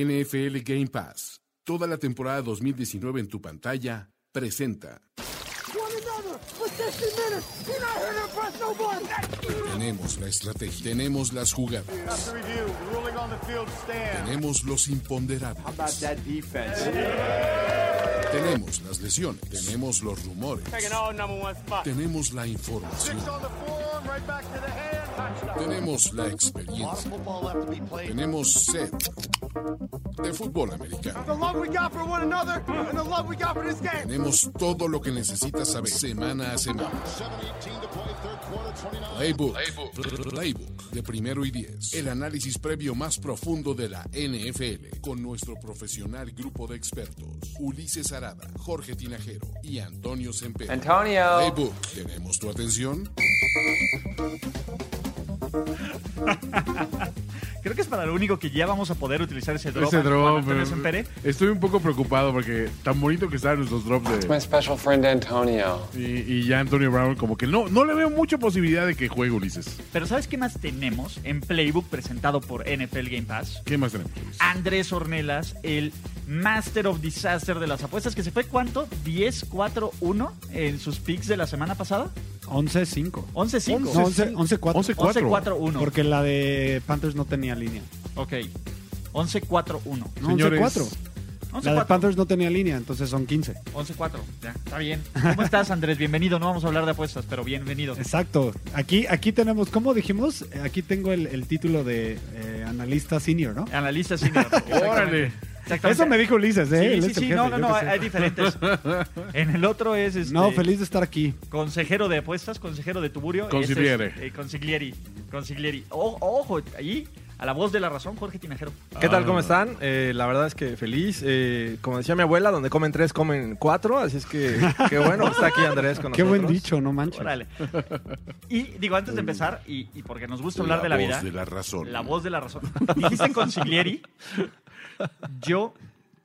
NFL Game Pass, toda la temporada 2019 en tu pantalla, presenta. Tenemos la estrategia, tenemos las jugadas, tenemos los imponderables, tenemos las lesiones, tenemos los rumores, tenemos la información, tenemos la experiencia, tenemos set de fútbol americano, tenemos todo lo que necesitas saber semana a semana. Playbook, Playbook, Playbook de primero y diez. El análisis previo más profundo de la NFL con nuestro profesional grupo de expertos: Ulises Arada, Jorge Tinajero y Antonio Semper. Antonio. Playbook, ¿tenemos tu atención? Creo que es para lo único que ya vamos a poder utilizar ese drop. Ese drop. Antonio eh, Sempere. Estoy un poco preocupado porque tan bonito que estaban nuestros drops My de, special friend Antonio. y, y ya Antonio Brown como que no, no le veo mucha posibilidad de que juegue Ulises. Pero ¿sabes qué más tenemos en Playbook presentado por NFL Game Pass? ¿Qué más tenemos? Ulises? Andrés Ornelas, el Master of Disaster de las apuestas, que se fue cuánto? 10-4-1 en sus picks de la semana pasada. 11-5. 11-5. No, 11 11-4. 11-4-1. Porque la de Panthers no tenía línea. Ok. 11-4-1. No, Señores. 11-4. La de 11-4. Panthers no tenía línea, entonces son 15. 11-4. Ya, está bien. ¿Cómo estás, Andrés? Bienvenido. No vamos a hablar de apuestas, pero bienvenido. Exacto. Aquí, aquí tenemos, como dijimos, Eh, aquí tengo el, el título de eh, analista senior, ¿no? Analista senior. Exactamente. Órale. Exactamente. Eso me dijo Ulises, ¿eh? Sí, Él sí, es el sí, jefe, no, no, yo no, qué sé. hay, hay diferentes. En el otro es este, No, feliz de estar aquí. consejero de apuestas, consejero de Tuburio. Consigliere. Este es, eh, consiglieri. Consiglieri. O- ojo, ahí, a la voz de la razón, Jorge Tinajero. ¿Qué Ah. tal? ¿Cómo están? Eh, la verdad es que feliz. Eh, como decía mi abuela, donde comen tres, comen cuatro. Así es que qué bueno que está aquí Andrés con Qué nosotros. buen dicho, no manches. Órale. Y digo, antes de empezar, y, y porque nos gusta hablar de la voz vida, ¿eh? de la razón. la voz de la razón. Dijiste consiglieri. Yo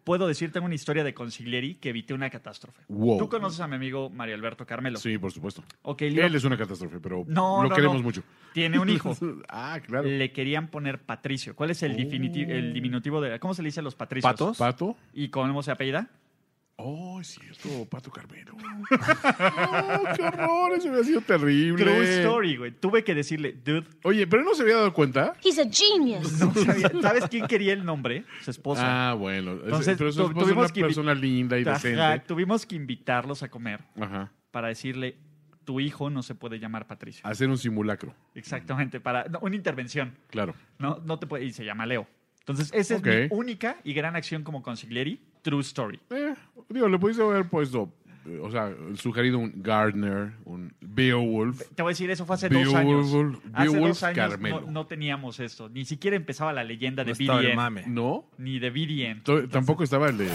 puedo decirte una historia de consiglieri que evité una catástrofe. Wow. Tú conoces a mi amigo Mario Alberto Carmelo. Sí, por supuesto. Ok, Leo, Él es una catástrofe, pero No, lo no, queremos no. mucho. tiene un hijo. Eh, ah, claro. Oh. le querían poner Patricio. ¿Cuál es el, definiti- el diminutivo de... ¿Cómo se le dice a los patricios? ¿Patos? ¿Pato? ¿Y cómo se apellida? Oh, es cierto, Pato Carmelo. oh, qué horror, eso hubiera sido terrible. True story, güey. Tuve que decirle, dude, Oye, pero no se había dado cuenta. He's a genius. no sabía- ¿sabes quién quería el nombre? Su esposa. ah, bueno. Es- Entonces, pero su tu- esposa es tuvimos una que invi- persona linda y Ajá, decente. tuvimos que invitarlos a comer Ajá. para decirle, tu hijo no se puede llamar Patricio. Hacer un simulacro, Exactamente, para no, una intervención. claro. No, no te puede, y se llama Leo. Entonces, esa es Ok. mi única y gran acción como consiglieri. True story. Eh, digo, le pudiste haber puesto, eh, o sea, sugerido un Gardner, un Beowulf. Te voy a decir, eso fue hace dos Beowulf- años. Hace Beowulf dos años no, Carmelo. no teníamos esto. Ni siquiera empezaba la leyenda de No estaba el BDN. mame. ¿No? Ni de BDN. To- Tampoco estaba el de.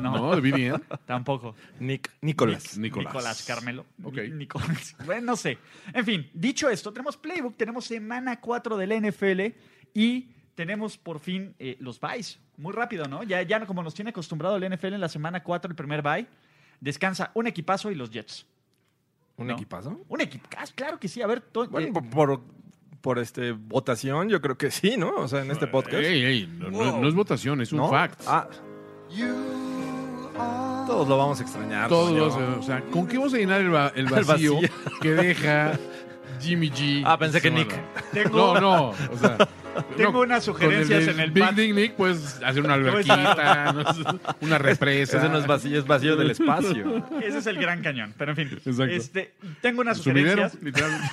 No, No, de BDN. tampoco. Nick, Nicolás. Nicolás. Carmelo. Ok. Ni- Nicolás. Bueno, no sé. En fin, dicho esto, tenemos Playbook, tenemos semana 4 del NFL y tenemos por fin eh, los buys. Muy rápido, ¿no? Ya, ya como nos tiene acostumbrado el NFL en la semana 4, el primer bye, descansa un equipazo y los Jets. ¿Un No. equipazo? Un equipazo, claro que sí. A ver, to- eh, Bueno, por- por, por este, votación, yo creo que sí, ¿no? O sea, en este podcast. Ey, ey, no, no- Wow. no es votación, es un ¿No? fact. Ah. Todos lo vamos a extrañar. Todos, señor. o sea, ¿con qué vamos a llenar el, va- el vacío, pues vacío. que deja Jimmy G? Ah, pensé esta que Nick. semana? Tengo- no, no, o sea, Tengo no, unas con de sugerencias en el Big pad. Dick Nick puedes hacer una alberquita, no sé, una represa. Ese no es vacío, es vacío del espacio. Ese es el gran cañón, pero en fin. Exacto. Este, tengo unas Su minero, sugerencias. literalmente.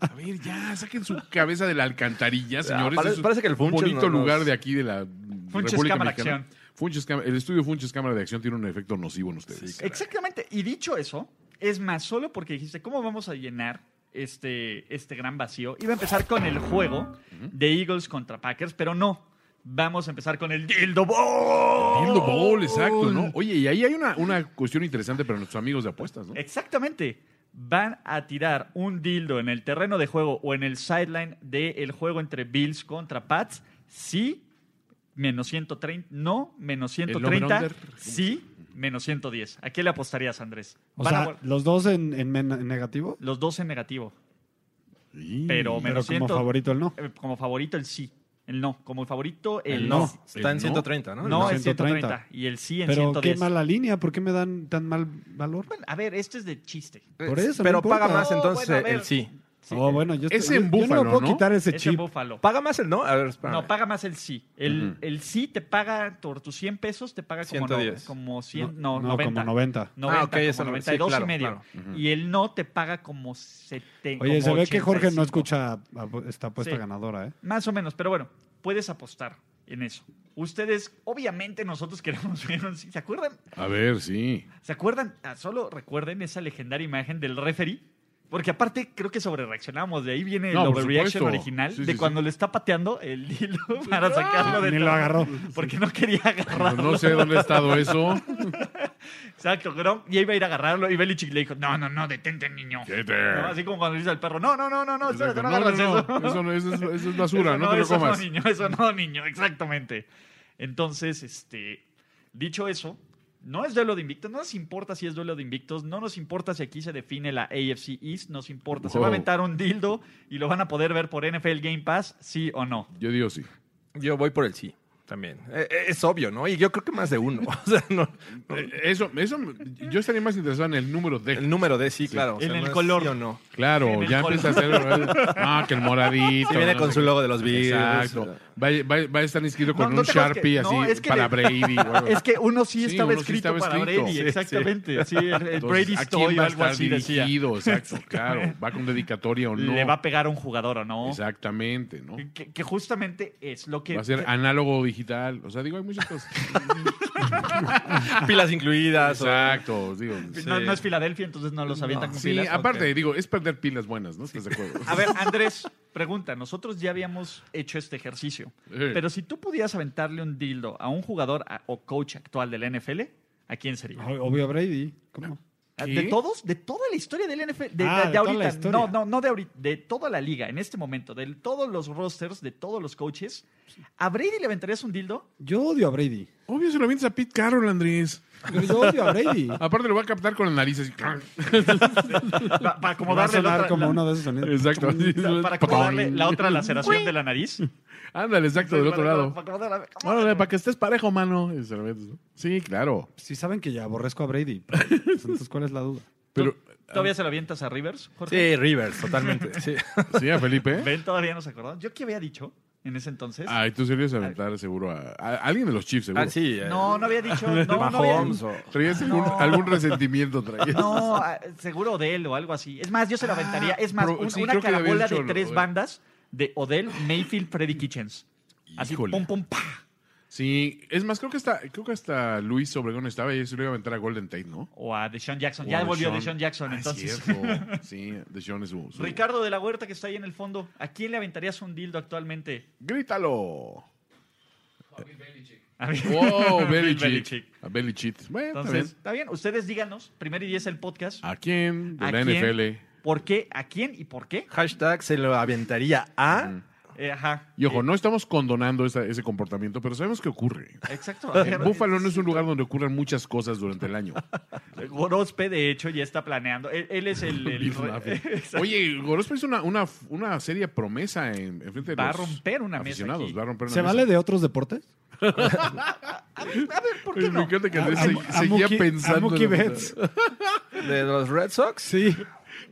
A ver, ya, saquen su cabeza de la alcantarilla, señores. parece- Es un Ah, parece que el Funches bonito no nos- lugar de aquí de la República Cámara Mexicana. Acción. Funches Cámara- el estudio Funches Cámara de Acción tiene un efecto nocivo en ustedes. Sí, caray. Exactamente. Y dicho eso, es más, solo porque dijiste, ¿cómo vamos a llenar este, este gran vacío? Iba a empezar con el juego de Eagles contra Packers, pero no. Vamos a empezar con el Dildo Bowl. Dildo Bowl, exacto, oh. ¿no? Oye, y ahí hay una, una cuestión interesante para nuestros amigos de apuestas, Eh, ¿no? Exactamente. Van a tirar un dildo en el terreno de juego o en el sideline del juego entre Bills contra Pats. Sí, menos 130. No, menos over 130. under. Sí, menos 110. ¿A qué le apostarías, Andrés? O Van a sea, vol- los dos en, en men- en negativo, los dos en negativo. Sí. Pero pero menos como 100, favorito el no. eh, como favorito el sí. El no, como el favorito, el, El no. Está en ¿No? 130, ¿no? No, El en 130. 130. Y el sí en Pero 110. qué mala línea, ¿por qué me dan tan mal valor? Bueno, a ver, esto es de chiste. Por eso, no Pero importa. paga más No, entonces eh, bueno, a ver. el sí. Sí. Oh, bueno, yo, eh, Es estoy- en yo- yo Búfalo, no me puedo ¿no? quitar ese Es en chip. Búfalo. ¿Paga más el no? A ver, espérame. No, paga más el sí. El, el sí te paga por tus 100 pesos, te paga como, no- 110. como 100, no, no, 90. como 90. 90, Ah, ok, como eso no- sí, 92 claro, y medio. Y el no te paga como 70. Oye, como se ve que Jorge 85. no escucha a- esta apuesta Sí. ganadora, ¿eh? Más o menos, pero bueno, puedes apostar en eso. Ustedes, obviamente nosotros queremos ver un sí. ¿Se acuerdan? A ver, sí. ¿Se acuerdan? Ah, solo recuerden esa legendaria imagen del referee. Porque aparte creo que sobre reaccionamos. De ahí viene No, el por overreaction supuesto. original Sí, de sí, cuando le está pateando el hilo para sacarlo de Ni lo todo. agarró. Porque no quería Pero agarrarlo. no sé dónde ha estado eso. Exacto, Gronk ya iba a ir a agarrarlo y Belichick le dijo, no, no, no, detente, niño. No, así como cuando le dice al perro, no, no, no, no, no, espérate, Exacto. no No, no, agarras no. eso. Eso, no, eso es, eso es basura, Eso no, te lo eso comas. No, niño, eso no, niño, exactamente. Entonces, este, dicho eso, no es duelo de invictos, no nos importa si es duelo de invictos, no nos importa si aquí se define la AFC East, nos importa. ¿Se va a Wow. aventar un dildo y lo van a poder ver por NFL Game Pass, sí o no? Yo digo sí. Yo voy por el sí también. Eh, eh, Es obvio, ¿no? Y yo creo que más de uno. O sea, no, Eh, Eso, eso, me- yo estaría más interesado en el número el de. número de sí, claro. O En el no es color. sí o no. Claro, en el ya col- empieza a hacer. Ah, que el moradito. Sí viene no con sé su qué. logo de los Beatles. Exacto. Va, va- va a estar inscrito No, con no un te acuerdas Sharpie que- así no, es que para de- Brady. güey. Es que uno sí Sí, estaba uno sí escrito estaba para escrito. Brady, Sí, sí. exactamente. Sí, el- el Entonces, Brady ¿a quién Stoy va o a algo estar así decía. dirigido? Exacto, claro. Va con dedicatoria o no. Le va a pegar a un jugador o no. Exactamente, ¿no? Que, que justamente es lo que... Va a ser que- análogo o digital. O sea, digo, hay muchas cosas. Pilas incluidas. o- Exacto, digo. no, sí. no es Filadelfia, entonces no los avientan con Sí, pilas. aparte, Ok. digo, es perder pilas buenas, ¿no? ¿Estás de acuerdo? A ver, Andrés, pregunta. Nosotros ya habíamos hecho este ejercicio. Eh. Pero si tú pudieras aventarle un dildo a un jugador a- o coach actual del NFL, ¿a quién sería? Ah, O- Obvio Brady. ¿Cómo? ¿De todos? ¿De toda la historia del NFL? De, de- Ah, de de toda la ahorita. historia. No, no, no de ahorita. De toda la liga, en este momento. De todos los rosters, de todos los coaches. ¿A Brady le aventarías un dildo? Yo odio a Brady. Obvio se lo avientas a Pete Carroll, Andrés. Pero yo odio a Brady. Aparte lo va a captar con la nariz así. Pa- para Me Va a acomodarle la sonar otra... como la- uno de esos sonidos. Exacto. pa- para acomodarle la otra laceración de la nariz. Ándale, exacto, del otro Para- lado. para acomodarla- Órale, para que estés parejo, mano. Y se lo avientas, ¿no? Sí, claro. Si saben que ya aborrezco a Brady. Entonces, ¿cuál es la duda? Pero, ¿Todavía se lo avientas a Rivers, Jorge? Sí, Rivers, totalmente. Sí. ¿sí a Felipe? ¿Ven? Todavía no se acordó. ¿Yo qué había dicho en ese entonces? Ay, tú serías aventar seguro a, a alguien de los Chiefs, seguro. Ah, sí. eh, no, no había dicho. No, no, había, Mahomes o- Traías algún, algún resentimiento, traías. no, ah, seguro Odell o algo así. Es más, yo se lo aventaría. Es más, Ah, pero un- sí, una creo que le habías carabola dicho de lo- tres Odell. bandas de Odell, Mayfield, Freddy Kitchens. Así, Híjole. pum, pum, pa. Sí, es más, creo que hasta, creo que hasta Luis Obregón estaba y se lo iba a aventar a Golden Tate, ¿no? O a Deshaun Jackson. O ya a volvió Deshaun. Deshaun Jackson, Ah, es entonces. cierto. Sí, Deshaun es su, su- Ricardo de la Huerta, que está ahí en el fondo. ¿A quién le aventarías un dildo actualmente? ¡Grítalo! A ver. ¡Wow! Bill Belly Belichick. Cheat. A Belly Cheat. Bueno, está Entonces, bien. está bien. Ustedes díganos, primero y diez el podcast. ¿A quién? De ¿A la quién? NFL. ¿Por qué? ¿A quién y por qué? Hashtag se lo aventaría a. Eh, ajá. Y ojo, Eh, no estamos condonando esa- ese comportamiento, pero sabemos que ocurre. Exacto. Búfalo no es un lugar donde ocurran muchas cosas durante el año. Gorospe, de hecho, ya está planeando. Él, él es el. el- Bill Mafia. Exacto. Oye, Gorospe hizo una, una, una seria promesa en, en frente de Va a los romper una mesa aficionados. aquí. Va a romper una ¿Se mesa. vale de otros deportes? a ver, a ver, ¿por qué Oye, Me no? encanta que Andrés se- a seguía Mookie- pensando. a Mookie en la- Betts. ¿De los Red Sox? Sí.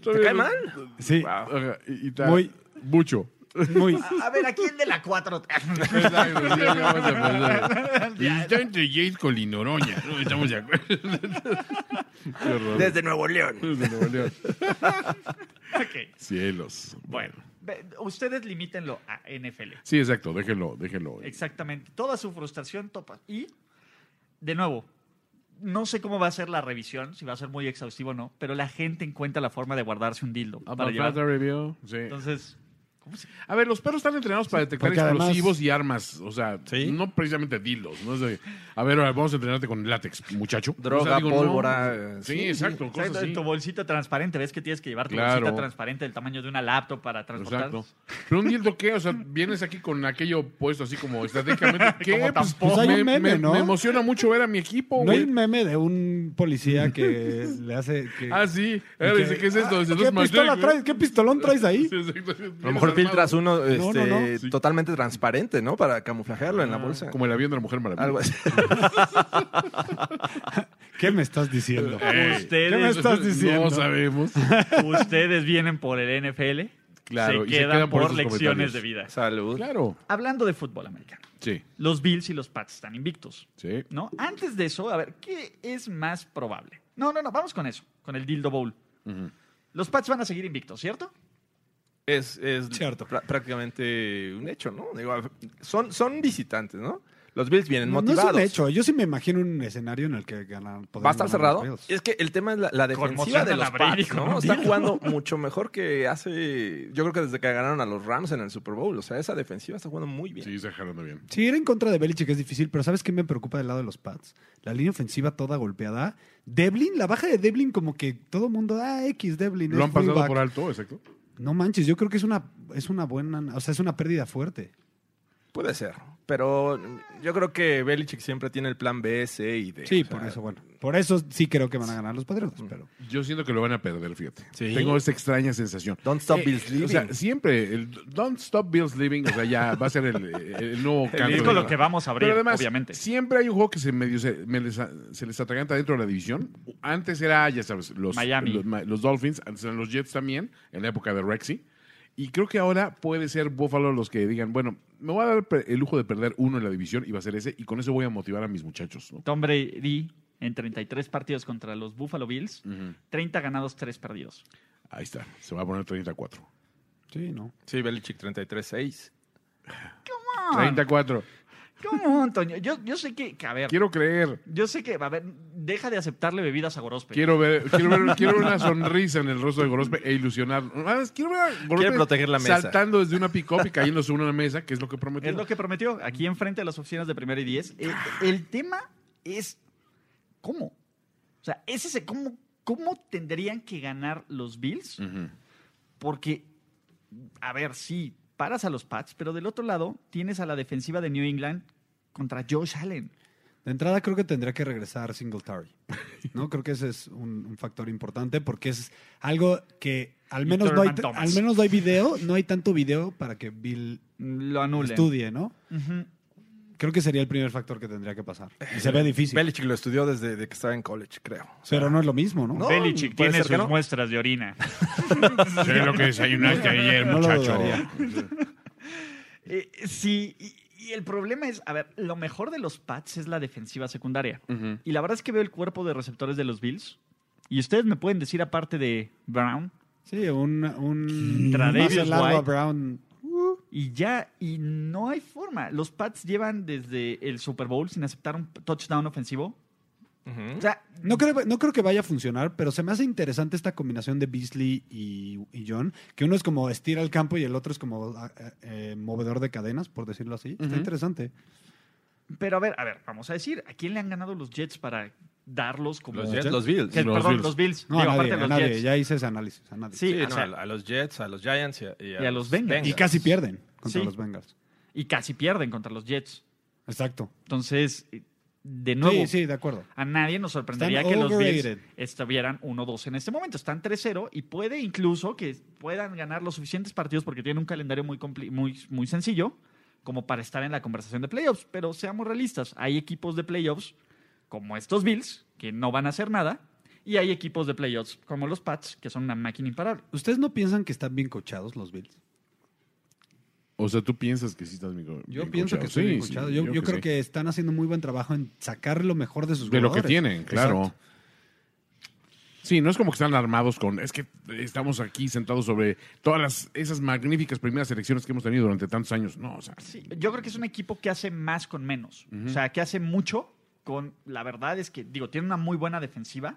¿Te cae mal? Sí, Ajá, y, y tal. Muy- Mucho. muy. A ver, ¿a quién de la 4? Exacto, sí, ya vamos a pasar. Y está entre Jade y Noroña. No estamos de acuerdo. Qué horror. Desde Nuevo León. Desde Nuevo León. ok. Cielos. Bueno, ve- ustedes limítenlo a NFL. Sí, exacto. Déjenlo, déjenlo. Exactamente. Toda su frustración topa. Y, de nuevo, no sé cómo va a ser la revisión, si va a ser muy exhaustivo o no, pero la gente encuentra la forma de guardarse un dildo. Ah, para para llevar. Fata Review, sí. Entonces, A ver, los perros están entrenados para detectar porque además- explosivos y armas. O sea, Sí. no precisamente dildos. ¿no? Es de, a ver, ahora vamos a entrenarte con látex, muchacho. Droga, O sea, digo, no. pólvora, eh, sí, sí, exacto. exacto, Cosas así. tu bolsita transparente, ves que tienes que llevar tu Claro. bolsita transparente del tamaño de una laptop para transportar. Exacto. Pero un dildo, ¿qué? O sea, vienes aquí con aquello puesto así como estratégicamente. ¿Qué? Como Pues, tampoco. Pues hay me, un meme, me- ¿no? me emociona mucho ver a mi equipo, No hay güey. un meme de un policía que le hace. Que, Ah, sí. Ahora dice, ¿qué es esto? Dice, ¿Qué "That's my pistola dick", traes? ¿Qué pistolón traes ahí? Sí, exacto. A lo mejor mejor filtras uno este, no, no. Sí. totalmente transparente, ¿no? Para camuflajearlo en la bolsa. Como el avión de la mujer maravilla. Algo así. ¿Qué me estás diciendo? Eh, ¿Qué me Ustedes, estás diciendo? No sabemos. ustedes vienen por el NFL. Claro, se, y quedan por, lecciones de vida. Salud. Claro. Hablando de fútbol americano, Sí, los Bills y los Pats están invictos, sí. ¿no? Antes de eso, a ver, ¿qué es más probable? No, no, no, vamos con eso, con el Dildo Bowl. Los Pats van a seguir invictos, ¿cierto? Es, es Cierto. prá- prácticamente un hecho, ¿no? Digo, son, son visitantes, ¿no? Los Bills vienen No, no es motivados. un hecho. Yo sí me imagino un escenario en el que ganan. podemos ¿Va a estar ganar cerrado? los playoffs. Es que el tema es la, la defensiva Conmocionan de a los Brady Pats, con ¿no? un Está dildo. jugando mucho mejor que hace... Yo creo que desde que ganaron a los Rams en el Super Bowl. O sea, esa defensiva está jugando muy bien. Sí, está jalando bien. Sí, ir en contra de Belichick es difícil, pero ¿sabes qué me preocupa del lado de los Pats? La línea ofensiva toda golpeada. Devlin, la baja de Devlin, como que todo mundo, ah, X Devlin. Lo es han pasado fullback". por alto, exacto. No manches, yo creo que es una, es una buena, o sea, es una pérdida fuerte. Puede ser. Pero yo creo que Belichick siempre tiene el plan B, C y D. Sí, O sea, por eso, bueno. Por eso sí creo que van a ganar los Patriotas, pero... Yo siento que lo van a perder, fíjate. Sí. Tengo esa extraña sensación. Don't stop Eh, Bills O leaving. sea, siempre el Don't Stop Bills Living, o sea, ya va a ser el, el nuevo canto. Es de- con lo que vamos a abrir, Pero además, obviamente. siempre hay un juego que se medio se, me les, se les atraganta dentro de la división. Antes era, ya sabes, los, Miami. los, ma- los Dolphins, antes eran los Jets también, en la época de Rexy. Y creo que ahora puede ser Buffalo los que digan, bueno, me voy a dar pe- el lujo de perder uno en la división y va a ser ese, y con eso voy a motivar a mis muchachos. ¿no? Tom Brady en 33 partidos contra los Buffalo Bills, 30 ganados, 3 perdidos. Ahí está, se va a poner 34. Sí, no. Sí, Belichick 33-6. Ah. 34. ¿Cómo, Antonio? Yo, yo sé que, que, a ver, Quiero creer. yo sé que, a ver, deja de aceptarle bebidas a Gorospe. Quiero ver, quiero ver, quiero ver una sonrisa en el rostro de Gorospe e ilusionar. Además, Quiero ver a Gorospe Quiere proteger la mesa. saltando desde una pick y cayendo sobre una mesa, que es lo que prometió. Es lo que prometió aquí enfrente de las oficinas de Primera y Diez. El, el tema es cómo. O sea, ese es el- cómo, cómo tendrían que ganar los Bills. Ujú. Porque, a ver, sí, paras a los Pats, pero del otro lado tienes a la defensiva de New England contra Josh Allen. De entrada creo que tendría que regresar Singletary. ¿no? Creo que ese es un, un factor importante porque es algo que al Y menos, no hay, Thurman Thomas. al menos no hay video, no hay tanto video para que Bill Lo anulen. estudie, ¿no? Ujú. Eh, Creo que sería el primer factor que tendría que pasar. Y se ve difícil. Belichick lo estudió desde de que estaba en college, creo. O sea, pero no es lo mismo, ¿no? No, Belichick puede tiene ser que sus no. muestras de orina. Sé lo que desayunaste ayer, No lo muchacho. dudaría. Eh, sí, y, y el problema es, a ver, lo mejor de los Pats es la defensiva secundaria. Ujú. Y la verdad es que veo el cuerpo de receptores de los Bills. Y ustedes me pueden decir, aparte de Brown, Sí, un, un Contra un Davis pase largo a White. Brown. y ya, y no hay forma. Los Pats llevan desde el Super Bowl sin aceptar un touchdown ofensivo. Ujú. O sea, No creo, no creo que vaya a funcionar, pero se me hace interesante esta combinación de Beasley y, y John, que uno es como estira el campo y el otro es como ah, ah, eh, movedor de cadenas, por decirlo así. Está interesante. pero a ver, a ver, vamos a decir, ¿a quién le han ganado los Jets para darlos como... Los Jets, los Bills. Que- Los perdón, Bills. los Bills. No, Digo, a nadie, aparte de a los nadie. Jets. Ya hice ese análisis. A nadie. Sí, Sí, o no, sea, a, a los Jets, a los Giants y a, y Y a los Bengals. Y casi pierden contra Sí. los Bengals. y casi pierden contra los Jets. Exacto. Entonces, eh, de nuevo, Sí, sí, de acuerdo. A nadie nos sorprendería Están que los Bills overrated. estuvieran 1-2 en este momento. Están 3-0 y puede incluso que puedan ganar los suficientes partidos porque tienen un calendario muy, compli- muy, muy sencillo como para estar en la conversación de playoffs. Pero seamos realistas, hay equipos de playoffs como estos Bills que no van a hacer nada y hay equipos de playoffs como los Pats que son una máquina imparable. ¿Ustedes no piensan que están bien cochados los Bills? O sea, tú piensas que sí estás bien co- Yo bien pienso cochado? que estoy Sí, bien sí, cochado. yo, yo creo sí. que están haciendo muy buen trabajo en sacar lo mejor de sus De lo que jugadores. tienen, claro. Exacto. Sí, no es como que están armados con. Es que estamos aquí sentados sobre todas las, esas magníficas primeras elecciones que hemos tenido durante tantos años. No, o sea, Sí, yo creo que es un equipo que hace más con menos. O sea, que hace mucho con. La verdad es que, digo, tiene una muy buena defensiva,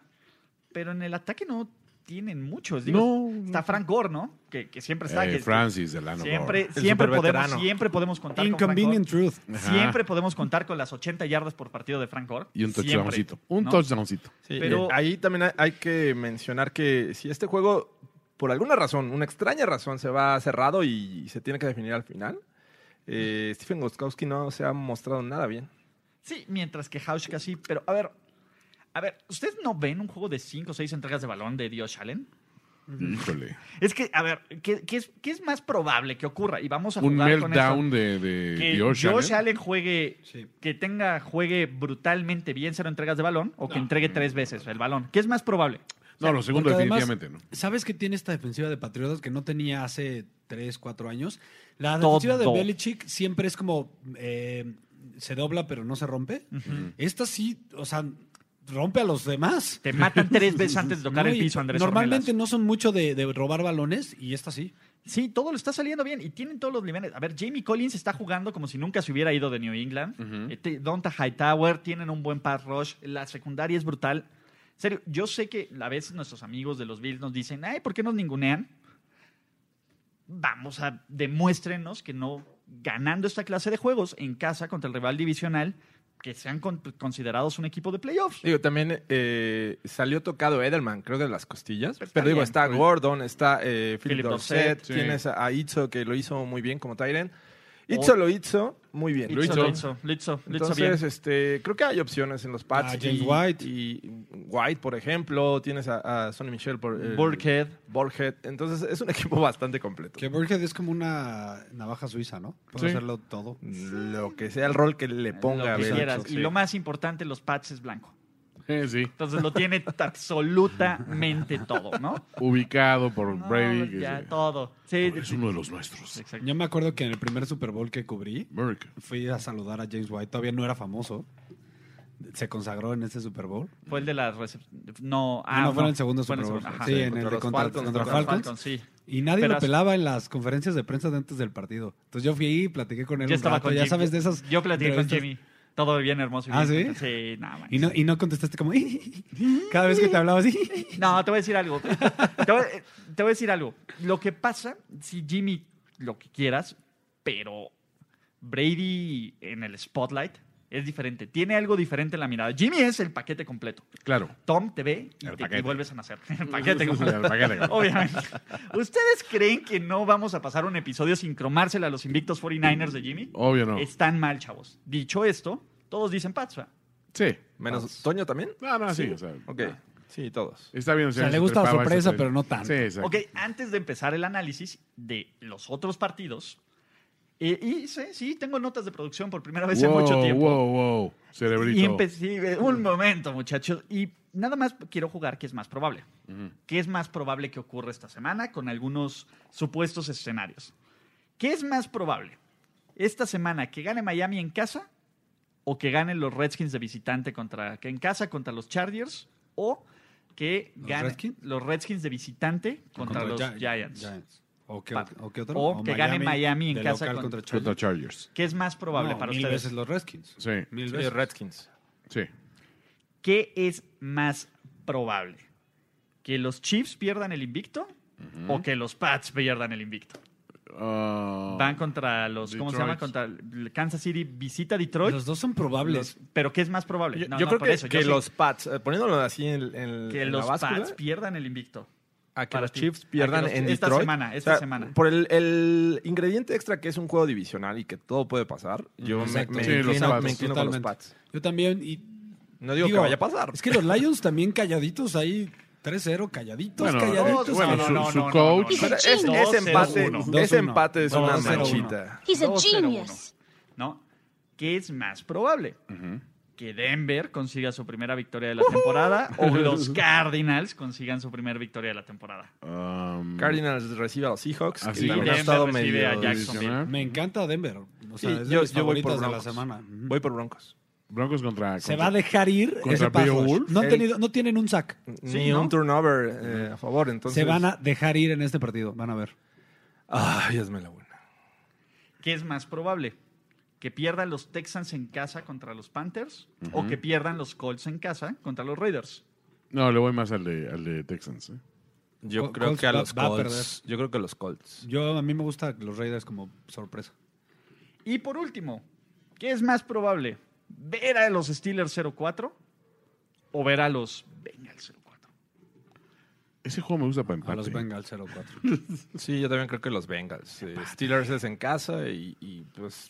pero en el ataque no tienen muchos. Digo, No, Está Frank Gore, ¿no? Que, que siempre está. eh, que- Francis Delano. Siempre, El siempre, podemos, superveterano. siempre podemos contar con Frank Gore. Inconvenient truth. Ajá. Siempre podemos contar con las 80 yardas por partido de Frank Gore. Y un Siempre, touchdowncito. Un ¿no? touchdowncito. Sí, Pero- eh, ahí también hay, hay que mencionar que si este juego, por alguna razón, una extraña razón, se va cerrado y se tiene que definir al final, eh, Stephen Goskowski no se ha mostrado nada bien. Sí, mientras que Hauschka sí, pero a ver. A ver, ¿ustedes no ven un juego de 5 o 6 entregas de balón de Dios Allen? Híjole. Es que, a ver, ¿qué, qué es, qué es más probable que ocurra? Y vamos a Un jugar con meltdown eso. de, de, Que de Josh, Osha, ¿eh? Allen juegue, Sí. que tenga, juegue brutalmente bien cero entregas de balón o que entregue tres veces el balón. ¿Qué es más probable? No, lo segundo Porque además, definitivamente no. ¿Sabes qué tiene esta defensiva de Patriotas que no tenía hace 3, 4 años? La Todo. defensiva de Belichick siempre es como eh, se dobla pero no se rompe. Esta sí, o sea, rompe a los demás. Te matan tres veces antes de tocar No, el y piso, Andrés Normalmente Ornelas. no son mucho de, de robar balones y esta sí. Sí, todo lo está saliendo bien y tienen todos los niveles. A ver, Jamie Collins está jugando como si nunca se hubiera ido de New England. Eh, te- Donta Hightower tienen un buen pass rush. La secundaria es brutal. En serio, yo sé que a veces nuestros amigos de los Bills nos dicen, ay, ¿por qué nos ningunean? Vamos a demuéstrenos que no ganando esta clase de juegos en casa contra el rival divisional, que sean con- considerados un equipo de playoffs. Digo, también eh, salió tocado Edelman, creo de las costillas. Pero Pero, está digo, bien. está Gordon, está eh, Philip Philip Dorset, Dorsett, sí. tienes a a Itzo que lo hizo muy bien como Tyren. Itzo Oh. lo hizo muy bien. Lo hizo. Lo hizo, lo hizo, lo hizo bien. Entonces, este, creo que hay opciones en los Pats. Ah, James y, White. y White, por ejemplo. Tienes a, a Sonny Michel por el- Burkhead. Burkhead. Entonces, es un equipo bastante completo. Que Burkhead es como una navaja suiza, ¿no? Puede Sí. hacerlo todo. Lo que sea el rol que le ponga. lo que Belichick, quieras. sí. Y lo más importante, los Pats es blanco. Eh, sí. Entonces lo tiene absolutamente todo, ¿no? Ubicado por No, Brady. que ya, se- todo. Sí, es sí, uno de los nuestros. exacto. Yo me acuerdo que en el primer Super Bowl que cubrí, Burke. fui a saludar a James White. Todavía no era famoso. Se consagró en ese Super Bowl. Fue el de las recep- No, ah, no, fue en el segundo fue en el Super Bowl. segundo, ajá. Sí, en el Contra de los contra, Falcons, contra contra los Falcons. Falcons, sí. Y nadie Pero- lo pelaba en las conferencias de prensa de antes del partido. Entonces yo fui y platiqué con él. Yo un estaba rato, con ah, Ya Jimmy. sabes de esas. Yo platiqué con entrevistas. Jimmy. Todo bien hermoso. y ¿Ah, bien. sí? Sí, nada más. Y no, y no contestaste como. Cada vez que te hablabas. No, te voy a decir algo. Te voy, te voy a decir algo. Lo que pasa, si Jimmy, lo que quieras, pero Brady en el spotlight es diferente. Tiene algo diferente en la mirada. Jimmy es el paquete completo. Claro. Tom te ve y, El te- y paquete. vuelves a nacer. El paquete completo. El paquete completo. Obviamente. ¿Ustedes creen que no vamos a pasar un episodio sin cromársela a los invictos 49ers de Jimmy? Obvio no. Están mal, chavos. Dicho esto, todos dicen Pats, ¿verdad? Sí. Menos Toño también. No, no, Ah, sí. O sea, Eh, Ok. Sí, todos. Está bien. O sea, sea, le se gusta la trepaba, sorpresa, se- pero no tanto. Sí, exacto. Ok, antes de empezar el análisis de los otros partidos, eh, y sí, sí, tengo notas de producción por primera vez en mucho tiempo. Wow, wow. Cerebrito. Y empecé, un momento, muchachos. Y nada más quiero jugar qué es más probable. ¿Qué es más probable que ocurra esta semana con algunos supuestos escenarios? ¿Qué es más probable? ¿Esta semana que gane Miami en casa o que ganen los Redskins de visitante contra, que en casa contra los Chargers o que ¿Los ganen Redskins? los Redskins de visitante contra, los Gi- Giants? ¿O qué, Pa- o qué otro? o que gane Miami en de casa local contra- contra, Contra Chargers. Chargers. ¿Qué es más probable No, para mil ustedes? veces los Redskins. Sí. Mil Sí, veces. Redskins. Sí. ¿Qué es más probable? ¿Que los Chiefs pierdan el invicto o que los Pats pierdan el invicto? Oh. Ah, Van contra los, ¿cómo se llama? Detroit. Contra el Kansas City, visita Detroit. Los dos son probables. Los- Pero ¿qué es más probable? Yo, No, yo no, creo por que, eso, yo que sé los Pats, eh, poniéndolo así en, en- que en los la báscula, Pats pierdan el invicto. a que para los ti. Chiefs A que pierdan los- en esta Detroit. semana, esta semana. Por el, el ingrediente extra que es un juego divisional y que todo puede pasar, yo me, Exacto. me Sí, los inclino, Pats. me inclino con los Totalmente. Pats. Yo también. Y No digo, Digo, que vaya a pasar. Es que los Lions también calladitos ahí, 3-0, calladitos, Bueno, calladitos. no, bueno, Ah, su- su coach- Pero es- Dos, ese empate, uno. Dos, ese uno. empate es Dos, una cero, uno. manchita. He's a 2-0-1, genius. ¿No? ¿Qué es más probable? Que Denver consiga su primera victoria de la temporada o los Cardinals consigan su primera victoria de la temporada. um, Cardinals recibe a los Seahawks. Así que que han Denver estado recibe a medio- Jacksonville. divisional. Me encanta Denver. O Sí, sea, es de yo, mis yo voy por favoritas de la Broncos. semana. Ujú. Voy por Broncos. Broncos contra. Se contra- va a dejar ir contra ese pass rush. Beowulf. No, han El- tenido, no tienen un sack. Ni ¿no? un turnover eh, a favor, entonces. Se van a dejar ir en este partido, van a ver. Ay, hazme la buena. ¿Qué es más probable? ¿Que pierdan los Texans en casa contra los Panthers o que pierdan los Colts en casa contra los Raiders? No, le voy más al de, al de Texans. ¿eh? Yo Col- creo Colts que a va- los va a Colts. Yo creo que a los Colts. Yo a mí me gusta los Raiders como sorpresa. Y por último, ¿qué es más probable? ¿Ver a los Steelers 04 o ver a los Bengals 04? Ese juego me gusta para A los empate. Bengals 04. Sí, yo también creo que los Bengals. Eh, Steelers es en casa y, y, pues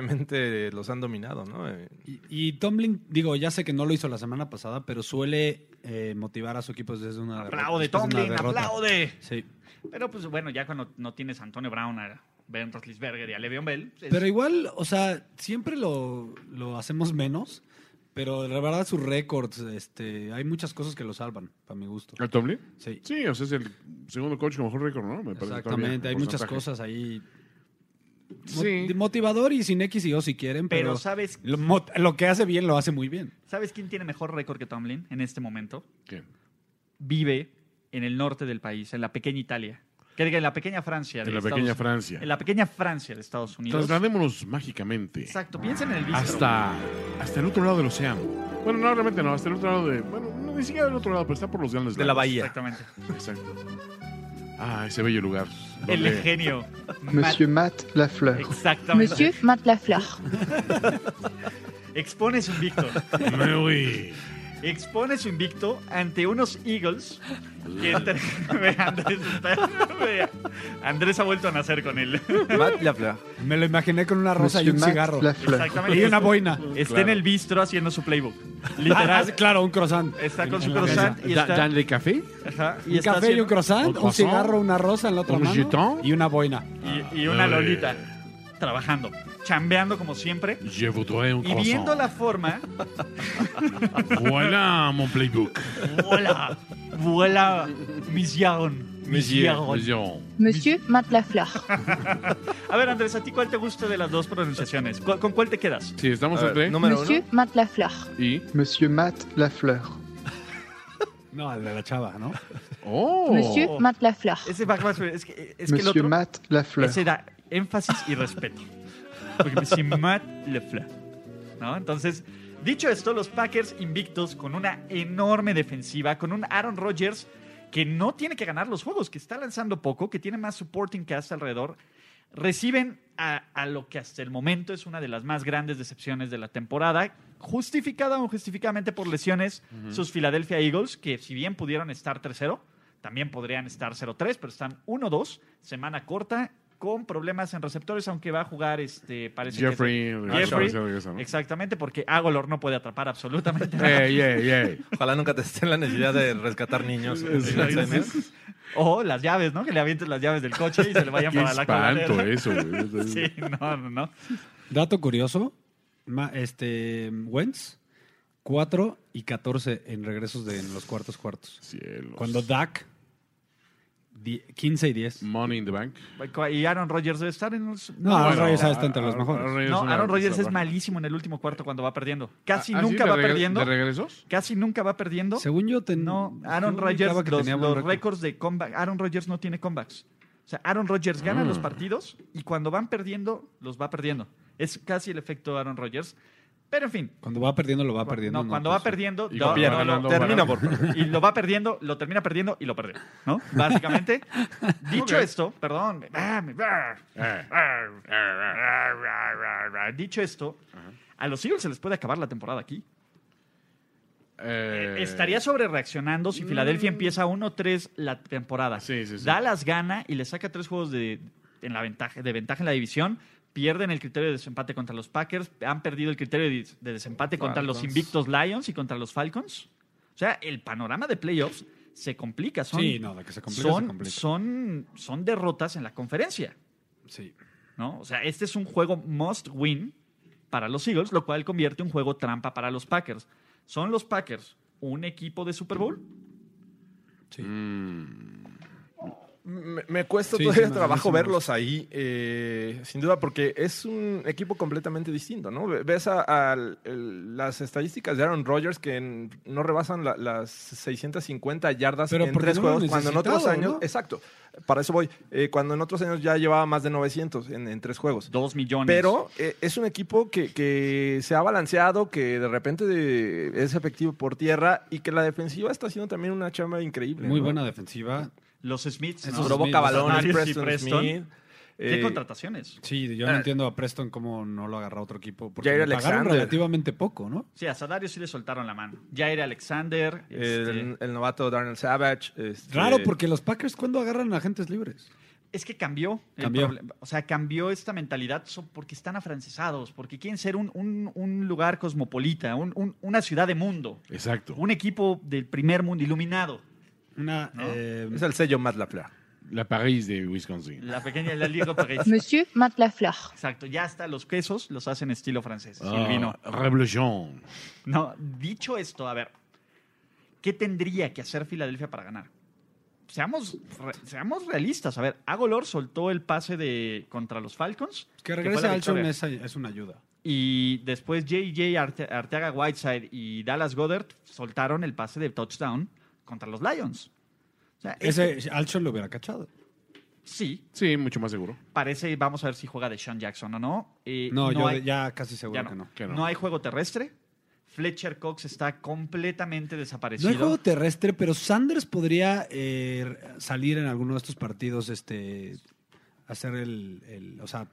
recientemente los han dominado, ¿no? Eh, Y, y Tomlin, digo, ya sé que no lo hizo la semana pasada, pero suele eh, motivar a su equipo desde una derrota- Aplaude, después de una Tomlin, derrota. aplaude. Sí. Pero pues bueno, ya cuando no tienes a Antonio Brown, a Ben Roethlisberger y a Le'Veon Bell, pues, es- Pero igual, o sea, siempre lo, lo hacemos menos, pero la verdad sus récords, este, hay muchas cosas que lo salvan, para mi gusto. ¿Al Tomlin? Sí, Sí, o sea, es el segundo coach con mejor récord, ¿no? Me parece todavía, exactamente, hay por muchas porcentaje. cosas ahí. Mo- Sí. Motivador y sin X y O si quieren, pero, Pero ¿sabes? lo, mot- lo que hace bien lo hace muy bien. ¿sabes quién tiene mejor récord que Tomlin en este momento? ¿Quién? Vive en el norte del país, en la pequeña Italia. Que diga, en la pequeña Francia. de En la Estados- pequeña Francia. En la pequeña Francia de Estados Unidos. Trasladémonos mágicamente Exacto, piensen en el bíceps. hasta, hasta el otro lado del océano. Bueno, no, realmente no, hasta el otro lado de. Bueno, no, ni siquiera del otro lado, pero está por los grandes De la lagos. Bahía. Exactamente. Exacto. Ah, ese bello lugar. El donde- genio. Monsieur Matt Lafleur. Matt- Exactamente. Monsieur Matt Lafleur. Expone su invicto. Me voy. Expone su invicto ante unos Eagles que entre- Ve, Andrés, está- ve, Andrés ha vuelto a nacer con él. Matt Lafleur. Me lo imaginé con una rosa Monsieur y un Matt cigarro. Lafleur. Exactamente. Y una boina. Está en el bistro haciendo su playbook. Literal. claro, un croissant. Está con En- su en la croissant mesa. y Da- está. ¿Danle café? ajá, y Ah, Un está café y un haciendo- croissant, un un, croissant, cigarro, una rosa en la otra un mano jetón. y una boina. y, y una Ah, lolita. Trabajando. Chambeando como siempre. Je voudrais un Y croissant. viendo la forma. Voilà mon playbook. ¡Vuela! ¡Vuela! Misión. Monsieur. Monsieur Matt Lafleur. A ver, Andrés, ¿a ti cuál te gusta de las dos pronunciaciones? ¿Cu- ¿Con cuál te quedas? Sí, estamos A ver, entre. número uno. Monsieur Matt Lafleur. Y. Monsieur Matt Lafleur. No, el de la chava, ¿no? ¡Oh! Monsieur Matt Lafleur. Ese va más- es que, es que el Monsieur otro Matt Lafleur. ese da énfasis y respeto. Porque me dice Matt Lefleur. ¿No? Entonces, dicho esto, los Packers invictos con una enorme defensiva, con un Aaron Rodgers que no tiene que ganar los juegos, que está lanzando poco, que tiene más supporting cast alrededor, reciben a, a lo que hasta el momento es una de las más grandes decepciones de la temporada, justificada o injustificadamente por lesiones, sus Philadelphia Eagles, que si bien pudieron estar tercero, también podrían estar 0-3, pero están 1-2, semana corta, con problemas en receptores, aunque va a jugar este, parece que es- Jeffrey. Jeffrey. Regresa, ¿no? Exactamente, porque Agolor no puede atrapar absolutamente nada. Ey, ey, ey. Ojalá nunca te estén la necesidad de rescatar niños. E. O las llaves, ¿no? Que le avientes las llaves del coche y se le vayan Qué para la espanto coladera. eso, güey. Sí, no, no, no. Dato curioso, ma- este Wentz 4 y 14 en regresos de en los cuartos cuartos. Cielos. Cuando Dak die- 15 y 10. Money in the Bank. Y Aaron Rodgers debe estar en los... No, Aaron Bueno, Rodgers está entre los Aaron- Aaron mejores. Rodgers No, una- Aaron Rodgers es una- malísimo en el último cuarto cuando va perdiendo. Ah, Casi ¿ah, sí? nunca ¿De va regre- perdiendo. ¿De regresos? Casi nunca va perdiendo. Según yo, ten- No, yo Aaron Rodgers, ubicaba que los, tenía buen los récord. récords de comeback. Aaron Rodgers no tiene comebacks. O sea, Aaron Rodgers gana Ah. los partidos y cuando van perdiendo, los va perdiendo. Es casi el efecto Aaron Rodgers. Pero en fin. Cuando va perdiendo, lo va cu- perdiendo. no, cuando pues, va perdiendo, Y no, cuando va no, ganando, no, va Termina, ganando. por favor. y lo va perdiendo, lo termina perdiendo y lo perdió, ¿no? Básicamente. Dicho esto, perdón. ah, me- ah, Eh, ah, ah, ah, ah, ah, Dicho esto, a los Eagles se les puede acabar la temporada aquí. eh, Estaría sobre reaccionando si Filadelfia Mm. empieza 1-3 la temporada. Sí, sí, sí. Dallas gana y le saca tres juegos de, en la ventaja, de ventaja en la división. Pierden el criterio de desempate contra los Packers. Han perdido el criterio de, de desempate contra los invictos Lions y contra los Falcons. O sea, el panorama de playoffs se complica. Son, Sí, no, de que se complica, son, se complica. Son, son derrotas en la conferencia. Sí. ¿no? O sea, este es un juego must win para los Eagles, lo cual convierte un juego trampa para los Packers. ¿Son los Packers un equipo de Super Bowl? mm, Me, me cuesta Sí, todavía sí, me- trabajo sí me verlos ahí, eh, sin duda, porque es un equipo completamente distinto, ¿no? Ve- Ves a, al- el- las estadísticas de Aaron Rodgers que en- no rebasan la- las 650 yardas Pero en porque tres no lo juegos, cuando en otros necesitaba, años, ¿no? exacto, para eso voy, eh, cuando en otros años ya llevaba más de 900 en, en tres juegos. Dos millones. Pero eh, es un equipo que, que se ha balanceado, que de repente de- es efectivo por tierra y que la defensiva está haciendo también una chamba increíble. Muy ¿no? buena defensiva. los Smiths ¿no? Esos provoca Smith, balones, Marius y Preston, Preston. Smith. ¿Qué Eh, contrataciones? Sí, Eh. yo no entiendo a Preston cómo no lo agarra otro equipo. Porque Jair le pagaron Alexander. relativamente poco, ¿no? Sí, a Sadario sí le soltaron la mano. Jair Alexander. este, el, el novato Darnell Savage. este, Raro, porque los Packers, ¿cuándo agarran agentes libres? Es que cambió. el Cambió. problema. o sea, cambió esta mentalidad so- porque están afrancesados, porque quieren ser un, un- un lugar cosmopolita, un- un- una ciudad de mundo, Exacto. un equipo del primer mundo iluminado. Una. ¿No? eh, Es el sello Matt LaFleur. La París de Wisconsin. La pequeña la Liga París. Monsieur Matt Lafleur. Exacto, ya hasta los quesos los hacen estilo francés. Ah, Silvino. Revolution. No, dicho esto, a ver, ¿qué tendría que hacer Filadelfia para ganar? Seamos, re- seamos realistas. A ver, Agolor soltó el pase de contra los Falcons. que fue la regrese Alshon victoria. es, es una ayuda. Y después JJ Arte- Arteaga Whiteside y Dallas Goddard soltaron el pase de touchdown contra los Lions. O sea, es- Ese Alshon lo hubiera cachado. sí, Sí, mucho más seguro. parece, vamos a ver si juega de Sean Jackson o no. Eh, No, yo hay- ya casi seguro ya que no. que no. No hay juego terrestre. Fletcher Cox está completamente No desaparecido. hay juego terrestre, pero Sanders podría eh, salir en alguno de estos partidos, este, hacer el, el- o sea,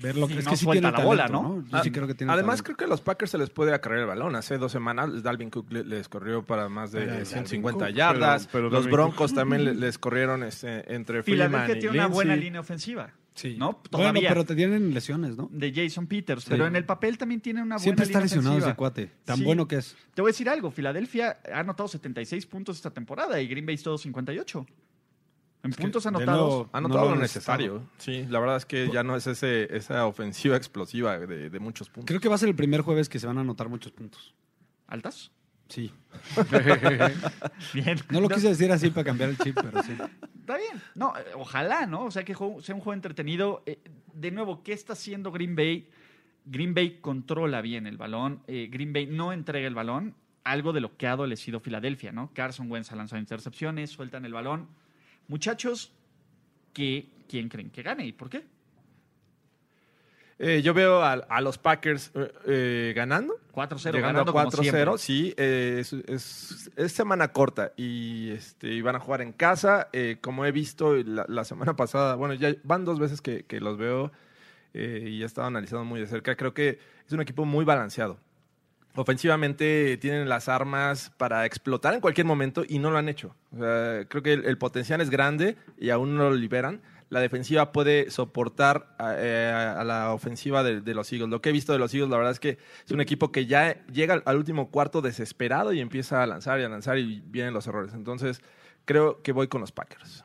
ver lo Si que es no que sí suelta tiene la bola, talento, ¿no? Ah, Yo sí creo que tiene Ah, Además, talento. creo que a los Packers se les puede acarrear el balón. Hace dos semanas, Dalvin Cook le- les corrió para más de Era Dalvin 150 Cook, yardas. pero- pero los Dalvin Broncos también le- les corrieron este, entre Freeman Filadelfia y tiene una buena Lindsey. línea ofensiva. Sí. ¿No? pues Bueno, Todavía. pero te tienen lesiones, ¿no? De Jason Peters. Pero en el papel también tiene una buena Siempre está línea lesionado ofensiva. ese cuate, tan Sí. bueno que es. Te voy a decir algo. Filadelfia ha anotado 76 puntos esta temporada y Green Bay todo 58. En puntos de anotados. nuevo- Ha No notado lo lo han necesario. Sí, la verdad es que ya no es ese, esa ofensiva explosiva de, de muchos puntos. Creo que va a ser el primer jueves que se van a anotar muchos puntos. ¿Altas? Sí. Bien. No lo quise decir así para cambiar el chip, pero sí. Está bien. No, eh, ojalá, ¿no? O sea, que juego- sea un juego entretenido. Eh, de nuevo, ¿qué está haciendo Green Bay? Green Bay controla bien el balón. eh, Green Bay no entrega el balón. Algo de lo que ha adolecido Filadelfia, ¿no? Carson Wentz ha lanzado intercepciones, sueltan el balón. Muchachos, ¿qué, ¿quién creen que gane y por qué? Eh, yo veo a, a los Packers eh, eh, ganando. 4-0, Llegando a ganando como 4-0, siempre. sí, eh, es, es- es semana corta y este, y van a jugar en casa. eh, como he visto la, la semana pasada, bueno, ya van dos veces que, que los veo eh, y he estado analizando muy de cerca. Creo que es un equipo muy balanceado. Ofensivamente tienen las armas para explotar en cualquier momento y no lo han hecho. O sea, creo que el, el potencial es grande y aún no lo liberan. La defensiva puede soportar a, eh, a la ofensiva de, de los Eagles. Lo que he visto de los Eagles, la verdad es que es un equipo que ya llega al, al último cuarto desesperado y empieza a lanzar y a lanzar y vienen los errores. Entonces, creo que voy con los Packers.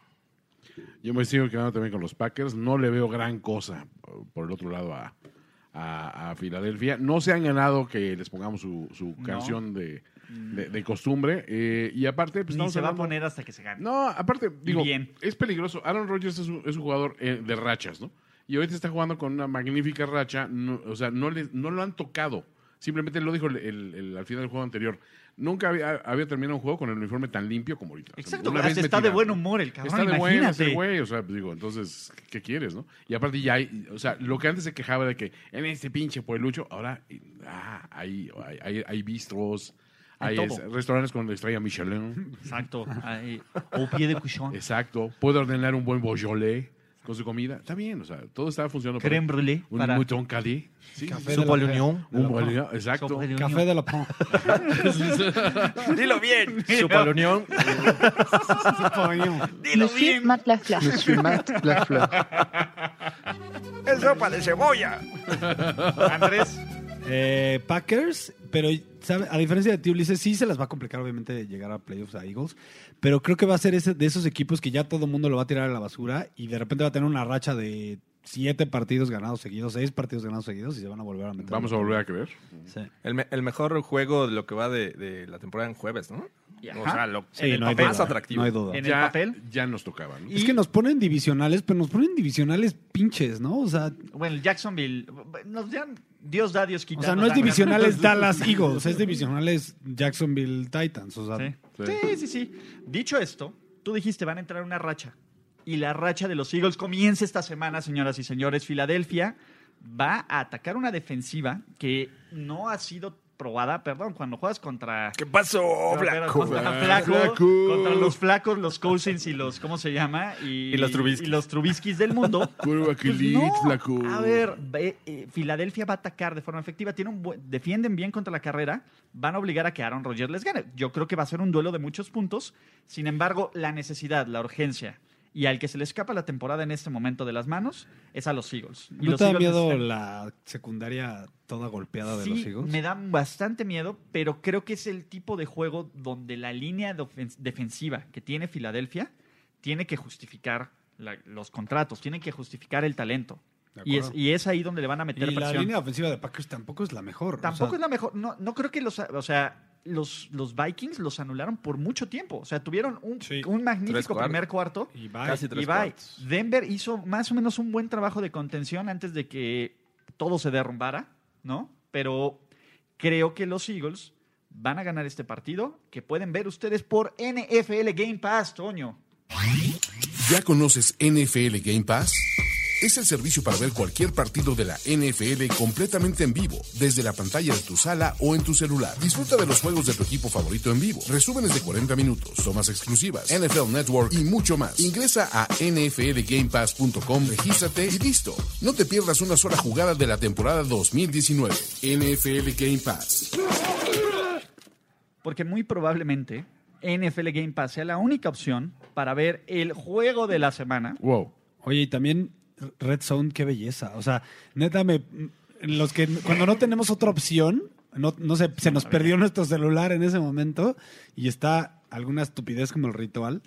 Yo me sigo quedando también con los Packers. No le veo gran cosa por- por el otro lado a, a- a Filadelfia. No se han ganado que les pongamos su, su No. Mm. canción de, de- de costumbre. Eh, y aparte, pues Ni estamos se va a hablando- poner hasta que se gane. No, aparte, digo, bien. es peligroso. Aaron Rodgers es un, es un jugador eh, de rachas, ¿no? Y ahorita está jugando con una magnífica racha. no- o sea, no, le, no lo han tocado. Simplemente lo dijo el, el- el- al final del juego anterior. Nunca había, había terminado un juego con el uniforme tan limpio como ahorita. O sea, Exacto, una hasta vez está metida. de buen humor el cabrón, Está de buen imagínate. ese güey, o sea, pues, digo, entonces, ¿qué quieres, no? Y aparte ya hay, o sea, lo que antes se quejaba de que en este pinche pueblucho, ahora eh, ah, hay, hay, hay- hay bistros, Hay hay, todo. es- restaurantes con la estrella Michelin. Exacto. ahí, o pie de cuchón. Exacto. Puede ordenar un buen Beaujolais con su comida. Está bien, o sea, todo está funcionando. para- Creme brûlée Un para- mouton calé. Sí. Café de la- Un Beaujolais, exacto. Café de la Pon. Dilo bien. Supa la Unión. Monsieur Matt Lafleur. Monsieur Matt Lafleur. Es sopa de cebolla. Andrés, Eh, Packers, pero ¿sabe? a diferencia de ti, Ulises, sí se las va a complicar, obviamente, de llegar a playoffs a Eagles. Pero creo que va a ser ese, de esos equipos que ya todo el mundo lo va a tirar a la basura y de repente va a tener una racha de siete partidos ganados seguidos, seis partidos ganados seguidos y se van a volver a meter. Vamos a volver a creer. Sí. El, me- el mejor juego de lo que va de, de la temporada en jueves, ¿no? Y O ajá. sea, lo Sí, el no hay papel duda. ¿eh? más atractivo. No hay duda. En el ya, papel. Ya nos tocaba, ¿no? Es que nos ponen divisionales, pero nos ponen divisionales pinches, ¿no? O sea, bueno, el Jacksonville, nos dan- Dios da, Dios quita. o sea nos no es dan divisionales Dallas Eagles, es divisionales Jacksonville Titans. O sea, ganas. Sí. Sí. sí, sí, sí. Dicho esto, tú dijiste van a entrar en una racha. Y la racha de los Eagles comienza esta semana, señoras y señores. Filadelfia va a atacar una defensiva que no ha sido probada, perdón, cuando juegas contra... ¿Qué pasó, contra- Blanco? Contra, flaco, Flaco. contra los flacos, los Cousins y los, ¿cómo se llama? Y, Y los Trubisky. y los Trubisky del mundo. Curva que Pues lit, no. flaco. A ver, ve- eh, Filadelfia va a atacar de forma efectiva. Tiene un buen- defienden bien contra la carrera. Van a obligar a que Aaron Rodgers les gane. Yo creo que va a ser un duelo de muchos puntos. Sin embargo, la necesidad, la urgencia y al que se le escapa la temporada en este momento de las manos es a los Eagles. Y ¿No los te da Eagles miedo necesitan- la secundaria toda golpeada de los Sí, Eagles? me da bastante miedo, pero creo que es el tipo de juego donde la línea de ofen- defensiva que tiene Filadelfia tiene que justificar la- los contratos, tiene que justificar el talento. De Y es, acuerdo. y es ahí donde le van a Y meter la presión. línea ofensiva de Packers tampoco es la mejor. o Tampoco sea, es la mejor. No, no creo que los. O sea, los, los Vikings los anularon por mucho tiempo. O sea, tuvieron un, Sí. un Tres magnífico cuartos. primer cuarto. Y va. Casi tres Y bye. cuartos. Denver hizo más o menos un buen trabajo de contención antes de que todo se derrumbara, ¿no? Pero creo que los Eagles van a ganar este partido que pueden ver ustedes por NFL Game Pass, Toño. ¿Ya conoces NFL Game Pass? Es el servicio para ver cualquier partido de la NFL completamente en vivo, desde la pantalla de tu sala o en tu celular. Disfruta de los juegos de tu equipo favorito en vivo, resúmenes de 40 minutos, tomas exclusivas, NFL Network y mucho más. Ingresa a nflgamepass.com, regístrate y listo. No te pierdas una sola jugada de la temporada 2019. NFL Game Pass. Porque muy probablemente NFL Game Pass sea la única opción para ver el juego de la semana. Wow. Oye, y también Red Zone, qué belleza. O sea, neta, me, los que cuando no tenemos otra opción, no, no sé, se nos perdió nuestro celular en ese momento y está alguna estupidez como el ritual.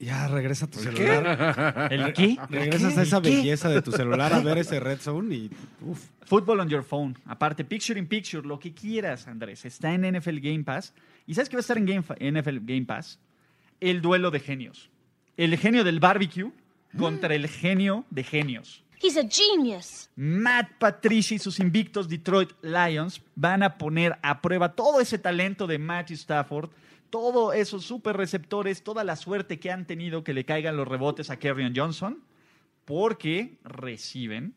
Ya regresa a tu celular. ¿El qué? Ah. Regresas a esa belleza de tu celular a ver ese Red Zone y uf, Fútbol on your phone. Aparte, picture in picture, lo que quieras, Andrés. Está en NFL Game Pass. ¿Y sabes qué va a estar en Game Fa- NFL Game Pass? El duelo de genios. El genio del barbecue contra el genio de genios. He's a genius. Matt Patricia y sus invictos Detroit Lions van a poner a prueba todo ese talento de Matthew Stafford, todos esos super receptores, toda la suerte que han tenido que le caigan los rebotes a Kerryon Johnson, porque reciben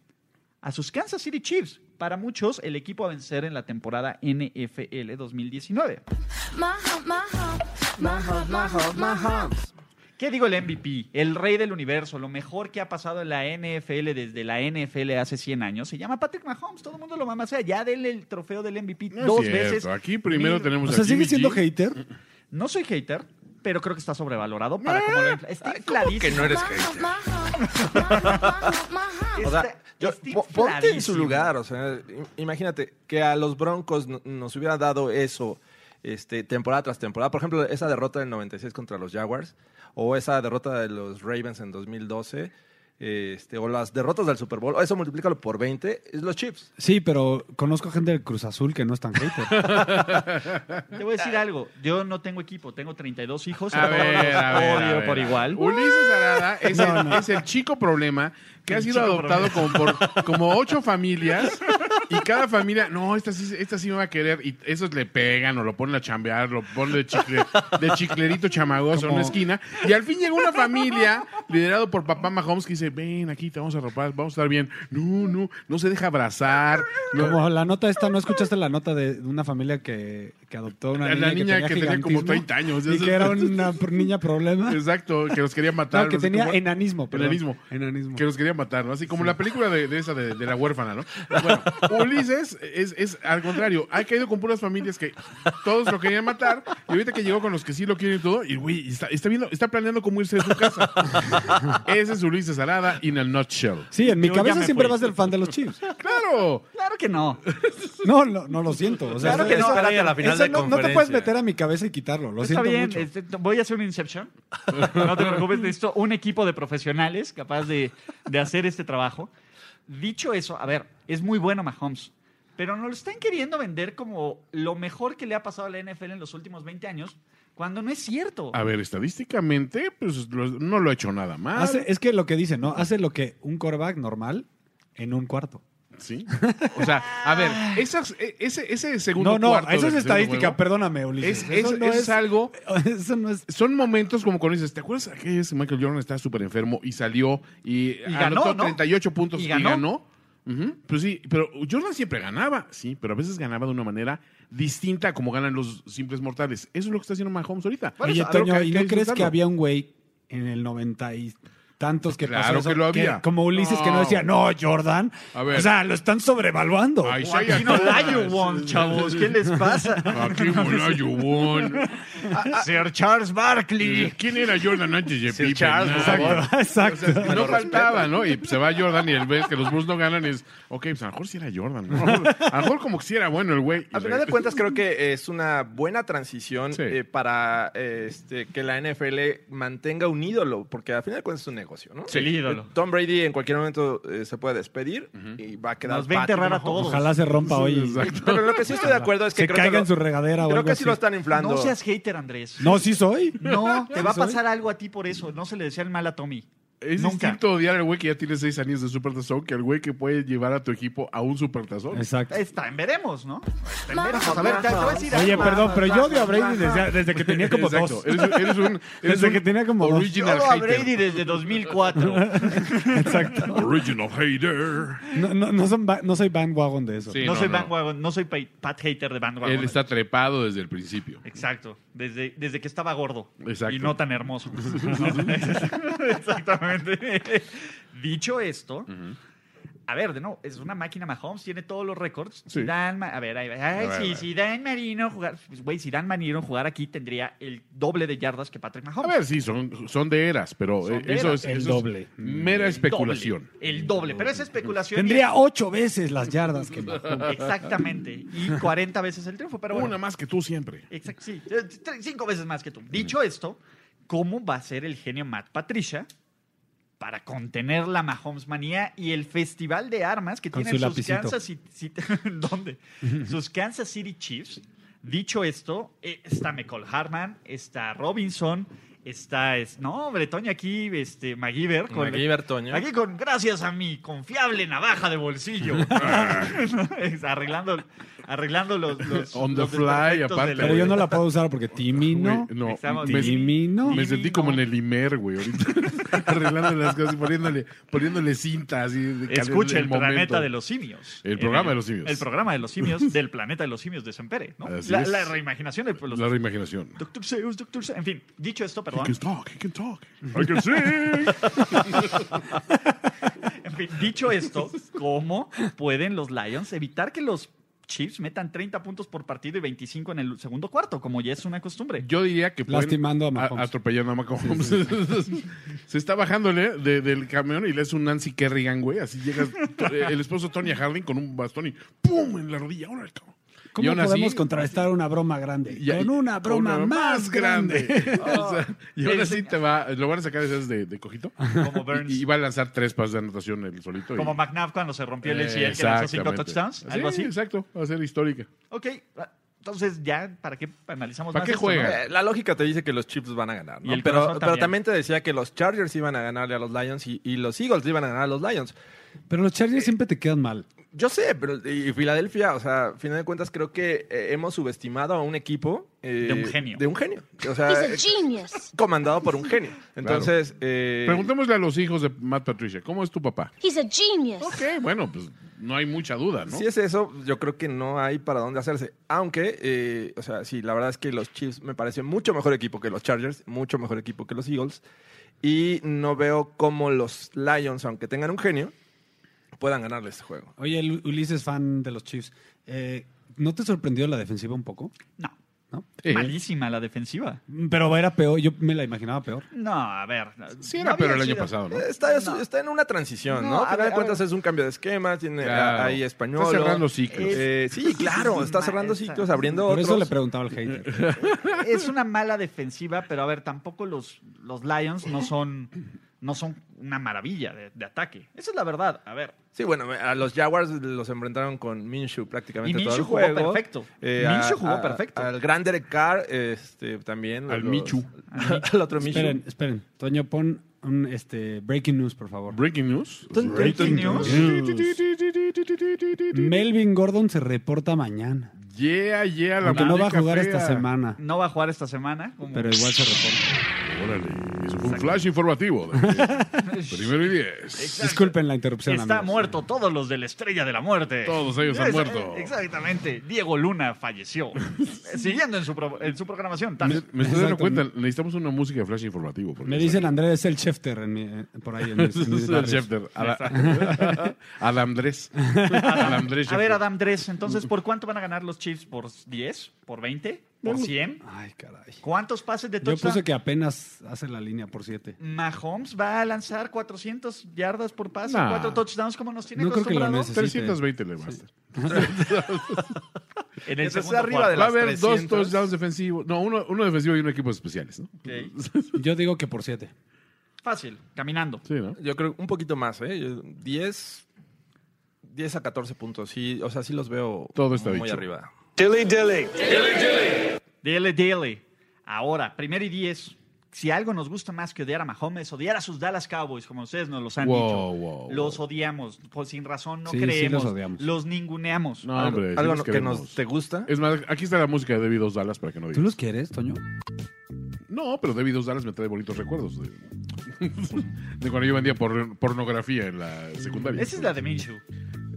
a sus Kansas City Chiefs, para muchos el equipo a vencer en la temporada NFL 2019. ¿Qué digo el MVP? El rey del universo, lo mejor que ha pasado en la NFL desde la NFL hace 100 años. Se llama Patrick Mahomes, todo el mundo lo mama. O sea, ya denle el trofeo del MVP No es dos cierto. veces. Aquí primero Mil- tenemos O sea, a sigue Jimmy siendo G. hater. No soy hater, pero creo que está sobrevalorado para cómo lo infla- Está Que infladísimo. no eres hater. O Está- sea, yo- está po- ponte en su infladísimo. lugar, o sea, im- imagínate que a los Broncos no- nos hubiera dado eso este, temporada tras temporada. Por ejemplo, esa derrota del 96 contra los Jaguars o esa derrota de los Ravens en 2012. Este, o las derrotas del Super Bowl, eso multiplícalo por 20, es los Chips. Sí, pero conozco gente del Cruz Azul que no es tan hater. Te voy a decir algo. Yo no tengo equipo, tengo 32 hijos. A todos ver, los a ver, odio a ver. por igual. Ulises Arada es, el, es el chico problema que ha El sido chico adoptado como por como ocho familias y cada familia, no, esta sí, esta sí me va a querer y esos le pegan o lo ponen a chambear, lo ponen de, chicle- de chiclerito chamagoso en una esquina y al fin llega una familia liderado por papá Mahomes que dice, ven aquí, te vamos a ropar, vamos a estar bien. No, no, no se deja abrazar. no- Como la nota esta, ¿no escuchaste la nota de una familia que, que adoptó una La niña, niña que tenía, que tenía como gigantismo 30 años. Y que era una pr- niña problema. Exacto, que los quería matar. No, que no sé tenía cómo. enanismo, perdón. Enanismo. Enanismo. Que los quería matar, ¿no? Así como la película de, de esa de, de la huérfana, ¿no? Bueno, Ulises es, es al contrario. Ha caído con puras familias que todos lo querían matar. Y ahorita que llegó con los que sí lo quieren y todo, y güey, está, está viendo, está planeando cómo irse de su casa. Ese es Ulises Arada in a nutshell. Sí, en mi Yo ya cabeza me siempre fui. va a ser fan de los Chiefs. ¡Claro! Claro que no. No, no, no lo siento. O sea, Claro que eso- no. eso Espérate a la final de no, no te conferencia. puedes meter a mi cabeza y quitarlo. Lo Está siento bien, mucho. este, voy a hacer un Inception. No te preocupes, necesito un equipo de profesionales capaz de, de hacer este trabajo. Dicho eso, a ver, es muy bueno Mahomes, pero nos lo están queriendo vender como lo mejor que le ha pasado a la NFL en los últimos 20 años, cuando no es cierto. A ver, estadísticamente, pues lo- no lo ha hecho nada más. Hace- es que lo que dicen, ¿no? Hace lo que un coreback normal en un cuarto. Sí. O sea, a ver, esas- e- ese, ese segundo No, no, cuarto eso es del segundo estadística, juego, perdóname, Ulises. es, es- es algo. Eso no es. Son momentos como cuando dices, ¿te acuerdas aquella vez que Michael Jordan estaba súper enfermo y salió y, ganó, anotó ¿no? 38 puntos Y y ganó? ganó. Ujú, Pues sí, pero Jordan siempre ganaba, sí, pero a veces ganaba de una manera distinta a como ganan los simples mortales. Eso es lo que está haciendo Mahomes ahorita. Bueno, Oye, eso, algo Toño, que- ¿y que no crees que disfrutarlo. había un güey en el 90 y tantos que Claro pasó que lo había. como Ulises que no No. decía, no, Jordan. A ver. O sea, lo están sobrevaluando. Ay, sí, Aquí no Olajuwon, chavos. ¿Qué les pasa? Aquí Olajuwon. Sir Charles Barkley. ¿Quién era Jordan antes de Pippen? Charles, por Nadie. favor. Ah, Exacto. Y no faltaba, ¿no? Y se va Jordan y el ves que los Bulls no ganan es, ok, pues a lo mejor sí era Jordan, ¿no? A lo mejor- a lo mejor como que sí era bueno el güey. A final de cuentas, creo que es una buena transición Sí. eh, para eh, este, que la NFL mantenga un ídolo, porque a final de cuentas es un negocio, ¿no? Eh, El ídolo. Tom Brady en cualquier momento eh, se puede despedir y va a quedar. Nos va a Patrick enterrar a Mahomes. todos. Ojalá se rompa hoy. y Exacto. Pero lo que sí estoy de acuerdo es que se creo caiga que en su lo, regadera o creo algo que sí lo así. están inflando. No seas hater, Andrés. No, sí soy. No, te va a ¿Soy? pasar algo a ti por eso. No se le decía el mal a Tommy. Es Nunca. distinto odiar al güey que ya tiene seis años de supertazón que al güey que puede llevar a tu equipo a un supertazón. Exacto. Está en veremos, ¿no? Está en veremos. A ver, te, te voy a decir Oye, algo. perdón, pero yo odio a Brady desde, desde que tenía como Exacto. dos. Eres, un- eres un, eres Desde un que tenía como dos. Yo original odio a hater. Brady desde 2004. Exacto. Original hater. No, no, no, son ba- no soy bandwagon de eso. Sí, no, soy bandwagon, no soy pa- pat hater de bandwagon. Él está trepado desde el principio. Exacto, desde, desde que estaba gordo Exacto. y no tan hermoso. Exactamente. Dicho esto, a ver, de nuevo, es una máquina Mahomes, tiene todos los récords. Sí. Zidane, Ma- a ver, ahí va. Ay, A ver, a si ver. Zidane Marino jugar, pues, güey, si Dan Marino jugar aquí tendría el doble de yardas que Patrick A Mahomes. ver, sí, son, son de eras, pero Son eh, de eso eras. es, El eso es doble. mera Doble, especulación. el doble, pero es especulación. Tendría ocho veces las yardas que bajó. y- Exactamente, y 40 veces el triunfo, pero bueno. Una más que tú siempre. Exacto, sí. Eh, tre- Cinco veces más que tú. Dicho esto, ¿cómo va a ser el genio Matt Patricia para contener la Mahomes manía y el festival de armas que Con tienen su sus lapicito. Kansas City... ¿Dónde? Sus Kansas City Chiefs. Dicho esto, eh, está McCall Harman, está Robinson, está... es- no, Bretoño aquí, este, McGiver. con- Aquí, Bertoño. Aquí con gracias a mi confiable navaja de bolsillo. Es arreglando, arreglando los, los- On the los fly, desperfectos aparte, del- Pero yo no la puedo usar porque Timmy no. Güey, no, Estamos- me- Timmy no. Me sentí como en el Imer, güey, ahorita. Arreglando las cosas y poniéndole, poniéndole cinta así. de que Escucha en el, momento. planeta de los simios. El En programa de los simios. El programa de los simios del planeta de los simios de Sempere. ¿no? Así La, es. la reimaginación de pues, los. La reimaginación. Doctor Zeus, Doctor Zeus. En fin, dicho esto, He perdón. can talk, he can talk. I can sing. En fin, dicho esto, ¿cómo pueden los Lions evitar que los Chiefs metan 30 puntos por partido y 25 en el segundo cuarto, como ya es una costumbre? Yo diría que pueden- Lastimando a Mahomes. atropellando a Mahomes. Se está bajándole ¿eh? de- del camión y le hace un Nancy Kerrigan, güey. Así llega el esposo Tony Harding con un bastón y ¡pum! en la rodilla. Órale, cabrón. Y ¿Cómo aún así- podemos contrarrestar una broma grande? Y- con una broma con una más grande. O sea, y ahora sí te va, lo van a sacar esas de, de cojito. Como Burns. Y, y va a lanzar tres pases de anotación el solito. y- Como McNabb cuando se rompió el Eh, LCL que lanzó 5 exactamente. touchdowns, algo Sí, así. Exacto, va a ser histórica. Ok, ah, entonces ya, ¿para qué analizamos ¿Para más qué esto, no? juega? Eh, La lógica te dice que los Chiefs van a ganar, ¿no? Y el pero, corazón pero también. también te decía que los Chargers iban a ganarle a los Lions y, y los Eagles le iban a ganar a los Lions. Pero los Chargers siempre te quedan mal. Yo sé, pero y Filadelfia, o sea, a final de cuentas creo que eh, hemos subestimado a un equipo eh, De un genio. de un genio, o sea, genius. comandado por un genio. Entonces, eh, Preguntémosle a los hijos de Matt Patricia, ¿cómo es tu papá? He's a genius. Ok, bueno, pues no hay mucha duda, ¿no? si es eso, yo creo que no hay para dónde hacerse. Aunque, eh, o sea, sí, la verdad es que los Chiefs me parecen mucho mejor equipo que los Chargers, mucho mejor equipo que los Eagles. Y no veo cómo los Lions, aunque tengan un genio, puedan ganarle este juego. Oye, el Ulises, fan de los Chiefs, eh, ¿no te sorprendió la defensiva un poco? No. ¿No? Sí. Malísima la defensiva. Pero era peor, yo me la imaginaba peor. No, a ver. Sí no era, había pero el año sido- Eh, pasado, ¿no? Eh, Está, es- está en una transición, ¿no? No, A a final ver, de a cuentas ver. es un cambio de esquema, tiene Claro. a- ahí español. Está cerrando ciclos. Eh, sí, claro, está cerrando Esa- sitios, abriendo Por eso le otros. preguntaba al hater. Es una mala defensiva, pero a ver, tampoco los, los Lions no son, no son una maravilla de, de ataque. Esa es la verdad. A ver, Sí, bueno, a los Jaguars los enfrentaron con Minshew y prácticamente todo Minshew el jugó juego. perfecto. Eh, Minshew a- jugó a- perfecto. Al gran Derek Carr, este, también. Al Michu. Al otro Michu. esperen, esperen. Toño, pon un este, breaking news, por favor. Breaking Pues, news. Breaking news. Melvin Gordon se reporta mañana. Yeah, yeah, la Aunque no va a muñeca jugar fea. esta semana, No va a jugar esta semana. como- pero igual se reporta. Órale. Eso fue un flash informativo. de- Primero y diez. Disculpen la interrupción. Está amigos. muerto todos los de la Estrella de la Muerte. Todos ellos han Esa- muerto. Exactamente. Diego Luna falleció. Siguiendo en su, pro- en su programación. Me, Tal. me estoy dando Exacto. cuenta, necesitamos una música de flash informativo. porque- Me dicen Andrés es el chefter en mi- eh, por ahí. En mis- en mis Es el barrios. Schefter. A la- Al Andrés. Al Andrés A ver, Schefter. Adam Dress, entonces, ¿por cuánto van a ganar los Chiefs? ¿Por 10? ¿Por 20? ¿Por 100? Ay, caray. ¿Cuántos pases de Yo touchdown? puse que apenas hace la línea por siete. Mahomes va a lanzar 400 yardas por pase, Nah. cuatro touchdowns como nos tiene No creo que lo acostumbrado. necesite. 320 le basta. en el Está segundo arriba cuarto. de Va las a haber dos 300. touchdowns defensivos. No, uno, uno defensivo y uno equipo especiales, ¿no? Ok. Yo digo que por siete. Fácil, caminando. Sí, ¿no? Yo creo un poquito más, ¿eh? Yo- 10, 10 a 14 puntos. Sí, o sea, sí los veo Todo está muy dicho. arriba. Dele, dele. Ahora, primero y 10. Si algo nos gusta más que odiar a Mahomes, odiar a sus Dallas Cowboys, como ustedes nos los han Wow, dicho. wow, Los odiamos, por sin razón no Sí, sí creemos. los odiamos. ninguneamos. No, algo hombre. sí algo los que queremos. nos te gusta. Es más, aquí está la música de Debbie Dos Dallas para que no ¿Tú digas. los quieres, Toño? No, pero Debbie Dos Dallas me trae bonitos recuerdos. De, de cuando yo vendía por- pornografía en la secundaria. Esa es la de Minshew.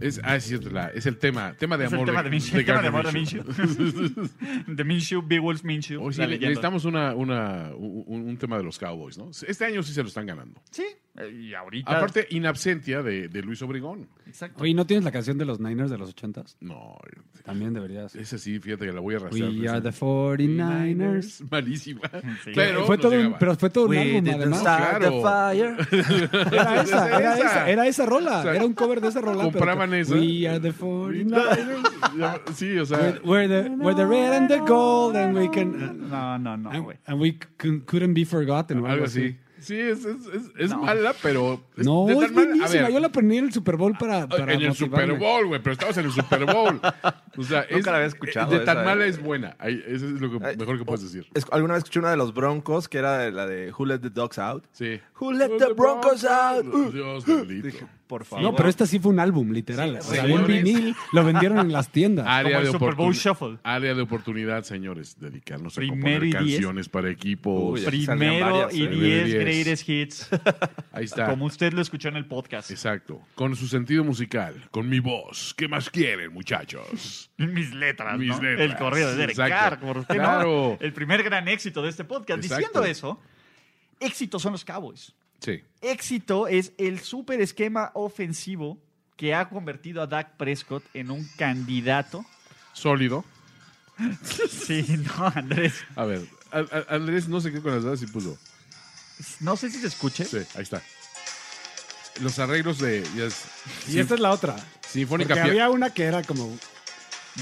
Es, ah, es cierto, la- es el tema, tema de Es el amor. tema de Minshew. El tema de amor de Gardner Minshew. De Minshew, Beowulf Minshew. Oye, sí, la ne- leyenda. necesitamos una, una- un, un tema de los Cowboys, ¿no? Este año sí se lo están ganando. Sí, eh, y ahorita. Aparte, in absentia de, de Luis Obregón. Exacto. Oye, ¿no tienes la canción de los Niners de los ochentas? No, También deberías. ese sí, fíjate que la voy a arrastrar. We Esa- are the 49ers. Malísima. Sí. Pero, fue nos todo un, pues llegaba. pero fue todo un álbum, didn't además. stop. start claro. the fire. Era esa, era Esa. esa, era esa rola. O sea, era un cover de esa rola. pero que- compraban esa. We are the 49ers. sí, o sea, We're, we're the, we're the red and the gold and we can... No, no, no, And, güey. Ah, and we c- couldn't be forgotten. o algo así. Sí, es, es, es, es mala, pero. No, de tan es mala- a buenísima. ver, Ah, Yo la aprendí en el Super Bowl para, para en el motivarme. Super Bowl, güey, pero estamos en el Super Bowl. O sea, es, eh, la había escuchado De tan esa, mala eh. es buena. Ahí, Eso es lo que, Ay, mejor que puedes decir. Es- alguna vez escuché una de los Broncos que era la de Who Let the Dogs Out. Sí. Who let the Broncos out? Uh. Dios bendito. Por favor. No, pero esta sí fue un álbum, literal. o sea, había un señores. Ah, vinil, lo vendieron en las tiendas. Área Como el de, Super Bowl oportuni- Shuffle. área de oportunidad, señores. Dedicarnos a Primero componer y diez. canciones para equipos. Uy, ya. Saldrían Primero varias, y eh. 10 Diez. greatest hits. Ahí está. Como usted lo escuchó en el podcast. Exacto. Con su sentido musical, con mi voz. ¿Qué más quieren, muchachos? Mis letras, Mis ¿no? letras, El correo de Derek exacto. Carr, ¿por qué no? Claro. El primer gran éxito de este podcast. Exacto. Diciendo eso, éxito son los Cowboys. Sí. Éxito es el super esquema ofensivo que ha convertido a Dak Prescott en un candidato. Sólido. Sí, no, Andrés. A ver, a- a- Andrés no se quedó con las dadas y puso. No sé si se escuche. Sí, ahí está. Los arreglos de ya es- Y esta es la otra. Sinfónica Porque Pia- había una que era como...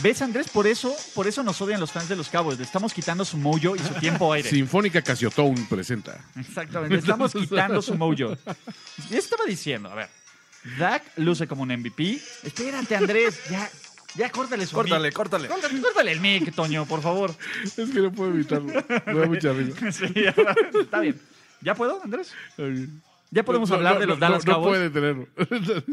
¿Ves, Andrés? Por eso, por eso nos odian los fans de los Cowboys. Le estamos quitando su mojo y su tiempo aire. Sinfónica Casiotón presenta. Exactamente, estamos quitando su mojo. Y estaba diciendo, a ver, Dak luce como un MVP. Espérate, Andrés, ya, ya córtale su Córtale, mic. córtale. Córtale, córtale el mic, Toño, por favor. Es que no puedo evitarlo. Me da mucha risa. Sí, ya, está bien. ¿Ya puedo, Andrés? ¿Ya podemos No, hablar no, de los no, Dallas no, Cowboys? No puede tenerlo.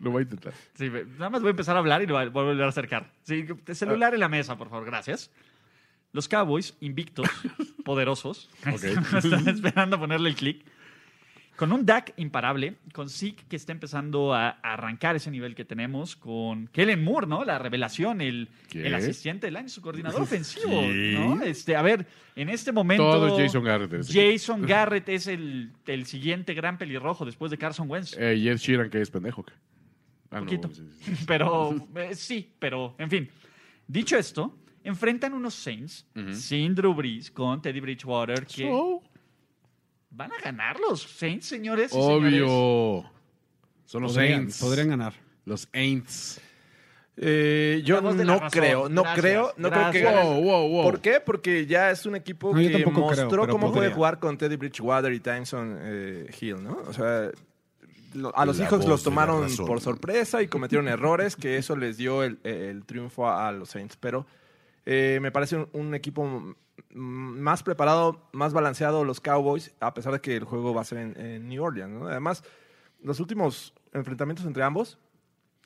Lo voy a intentar. Sí, ve- nada más voy a empezar a hablar y lo voy a voy a volver a acercar. Sí, Ah. celular en la mesa, por favor, gracias. Los Cowboys, invictos, poderosos, están esperando ponerle el clic. Con un Dak imparable, con Zeke que está empezando a a arrancar ese nivel que tenemos, con Kellen Moore, ¿no? La revelación, el, ¿Qué? el asistente del año, su coordinador ofensivo, ¿Qué? ¿no? Este, a ver, en este momento... Todo es Jason Garrett. en este ese Jason Garrett es el, el siguiente gran pelirrojo después de Carson Wentz. equipo. Eh, y Ed Sheeran, que es pendejo. ¿qué? Ah, no, Poquito. bueno, sí, sí, sí. Pero eh, sí, pero en fin. Dicho esto, enfrentan unos Saints sin Drew Brees con Teddy Bridgewater que So, van a ganar los Saints, señores. y señores. obvio. Son los Podrían, Saints. podrían ganar. Los Aints. Eh, La yo voz de la no razón. creo, no Gracias, creo, no creo que gracias. ganen. Wow, wow, wow. ¿Por qué? Porque ya es un equipo No, yo que tampoco creo, mostró pero cómo puede podría. jugar con Teddy Bridgewater y Tyson eh, Hill, ¿no? O sea, lo- a los La Seahawks voz los de la tomaron razón. por sorpresa y cometieron errores, que eso les dio el, el triunfo a, a los Saints. Pero eh, me parece un, un equipo m- m- más preparado, más balanceado los Cowboys, a pesar de que el juego va a ser en, en New Orleans, ¿no? Además, los últimos enfrentamientos entre ambos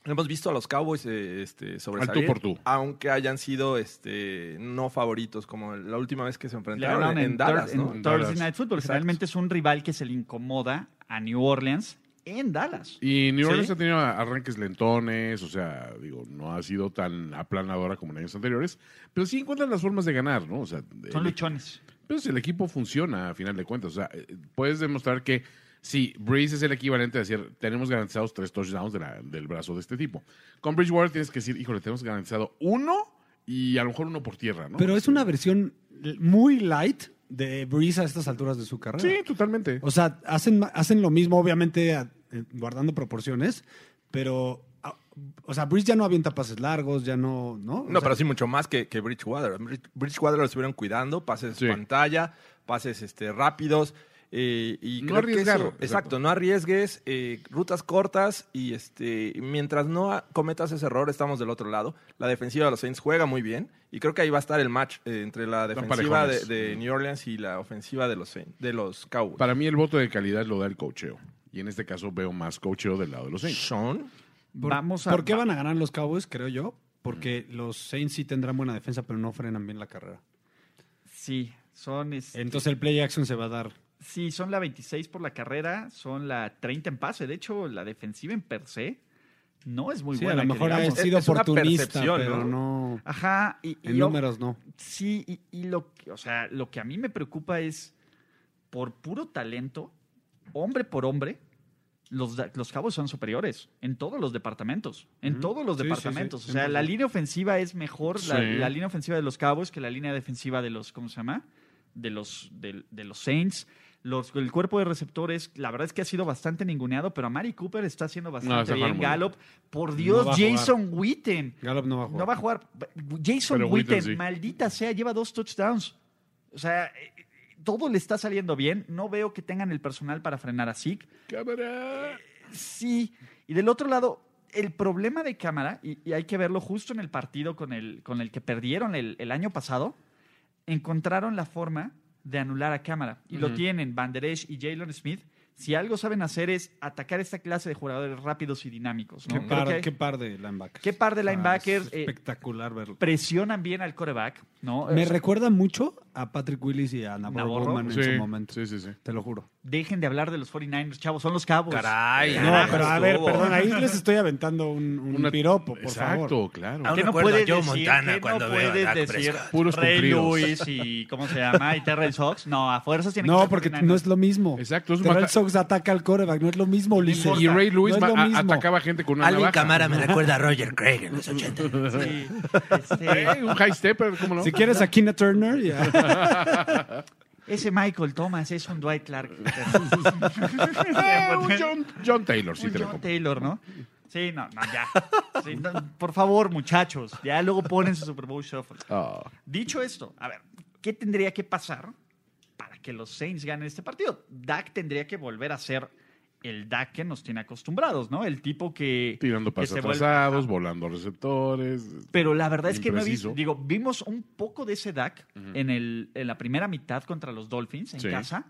Hemos visto a los Cowboys eh, este, sobresalir, por tú. aunque hayan sido este, no favoritos, como la última vez que se Le enfrentaron ganaron en, en, Thur- Dallas, en ¿no? Thursday Dallas. Night Football. Exacto. Realmente es un rival que se le incomoda a New Orleans en Dallas. Y New Sí. Orleans ha tenido arranques lentones, o sea, digo, no ha sido tan aplanadora como en años anteriores, pero sí encuentran las formas de ganar, ¿no? O sea, Son el- luchones. Pero si el equipo funciona, a final de cuentas, o sea, eh, puedes demostrar que sí, Breeze es el equivalente a decir, tenemos garantizados tres touchdowns de la- del brazo de este tipo. Con Bridgewater tienes que decir, híjole, tenemos garantizado uno y a lo mejor uno por tierra, ¿no? Pero es una versión muy light de Breeze a estas alturas de su carrera. Sí, totalmente. O sea, hacen, hacen lo mismo, obviamente, a- eh, guardando proporciones, pero. a- O sea, Breeze ya no avienta pases largos, ya no. No, O No, sea, pero sí mucho más que, que Bridgewater. Brid- Bridgewater lo estuvieron cuidando, pases Sí. pantalla, pases este, rápidos. eh, y No creo que arriesgar, eso- exacto. exacto. no arriesgues, eh, rutas cortas y este, mientras no a- cometas ese error estamos del otro lado. La defensiva de los Saints juega muy bien y creo que ahí va a estar el match eh, entre la Están defensiva de, parejones. de New Orleans y la ofensiva de los, Saints- de los Cowboys. Para mí el voto de calidad lo da el cocheo. Y en este caso veo más cocheo del lado de los Saints. Sean, ¿por, Vamos a. ¿por qué van a ganar los Cowboys, creo yo? Porque los Saints sí tendrán buena defensa, pero no frenan bien la carrera. Sí, son. este, Entonces el play action se va a dar. Sí, son la 26 por la carrera, son la 30 en pase. De hecho, la defensiva en per se no es muy sí, a buena. lo que mejor ha digamos. es- sido es una oportunista, percepción, pero no. Ajá, y, y En lo- números no. sí, y, y lo, que- o sea, lo que a mí me preocupa es por puro talento, hombre por hombre, los, da- los Cowboys son superiores en todos los departamentos. En Ujú. todos los Sí, sí, sí, departamentos. o sea, 100%. la línea ofensiva es mejor, la, Sí. la línea ofensiva de los Cowboys que la línea defensiva de los, ¿cómo se llama? De los, de, de los Saints. Los, el cuerpo de receptores, la verdad es que ha sido bastante ninguneado, pero a Mari Cooper está haciendo bastante está bien. jugando muy bien. Gallup, por Dios, va a jugar. Jason Witten. Gallup no va a jugar. No va a jugar. Jason Pero Witten, Witten sí. maldita sea, lleva dos touchdowns. O sea, eh, eh, todo le está saliendo bien. No veo que tengan el personal para frenar a Zeke. Cámara. Sí. Y del otro lado, el problema de cámara, y, y hay que verlo justo en el partido con el, con el que perdieron el, el año pasado, encontraron la forma de anular a cámara. Y lo tienen Van Der Esch y Jalen Smith. Si algo saben hacer es atacar esta clase de jugadores rápidos y dinámicos. ¿no? Qué, Creo par, que hay- qué par de linebackers. qué par de O sea, linebackers, es eh, espectacular verlo. presionan bien al coreback, ¿no? Me O sea, recuerda mucho a Patrick Willis y a Navarro Navarro. Bowman en Sí, su momento. sí, sí, sí. Te lo juro. Dejen de hablar de los 49ers, chavos, son los cabos. caray. No, pero a ver, perdón, ahí les estoy aventando un, un Una- piropo, por Exacto, favor. Ah, claro. Aún ¿Qué no recuerdo a puedes Joe decir? Montana ¿Qué cuando no veo a puedes Dak decir Prescott. Puros Ray cumplidos. Lewis y ¿cómo se llama? Y Terrell Sox. No, a fuerzas tienen que No, ser porque 49ers. no es lo mismo. Exacto, es un Terrell mata- Sox ataca al coreback, no es lo mismo, Ulises. Y Ray Lewis no es va- lo a- mismo. atacaba gente con una Alvin navaja. Camara me recuerda a Roger Craig en los 80. Sí, este, Eh, un high stepper, ¿cómo no? Si quieres a Kina Turner, ya. ese Michael Thomas es un Dwight Clark. Eh, un John, John Taylor, sí Un te lo John compro. Taylor, ¿no? Sí, no, no, ya. Sí, no, por favor, muchachos, ya luego ponen su Super Bowl Shuffle. Ah. Dicho esto, a ver, ¿qué tendría que pasar para que los Saints ganen este partido? Dak tendría que volver a ser el Dak que nos tiene acostumbrados, ¿no? El tipo que... Tirando que pases se vuelve- atrasados, volando receptores. Pero la verdad es que no he Impreciso. visto... Digo, vimos un poco de ese Dak en, el, en la primera mitad contra los Dolphins en Sí. casa,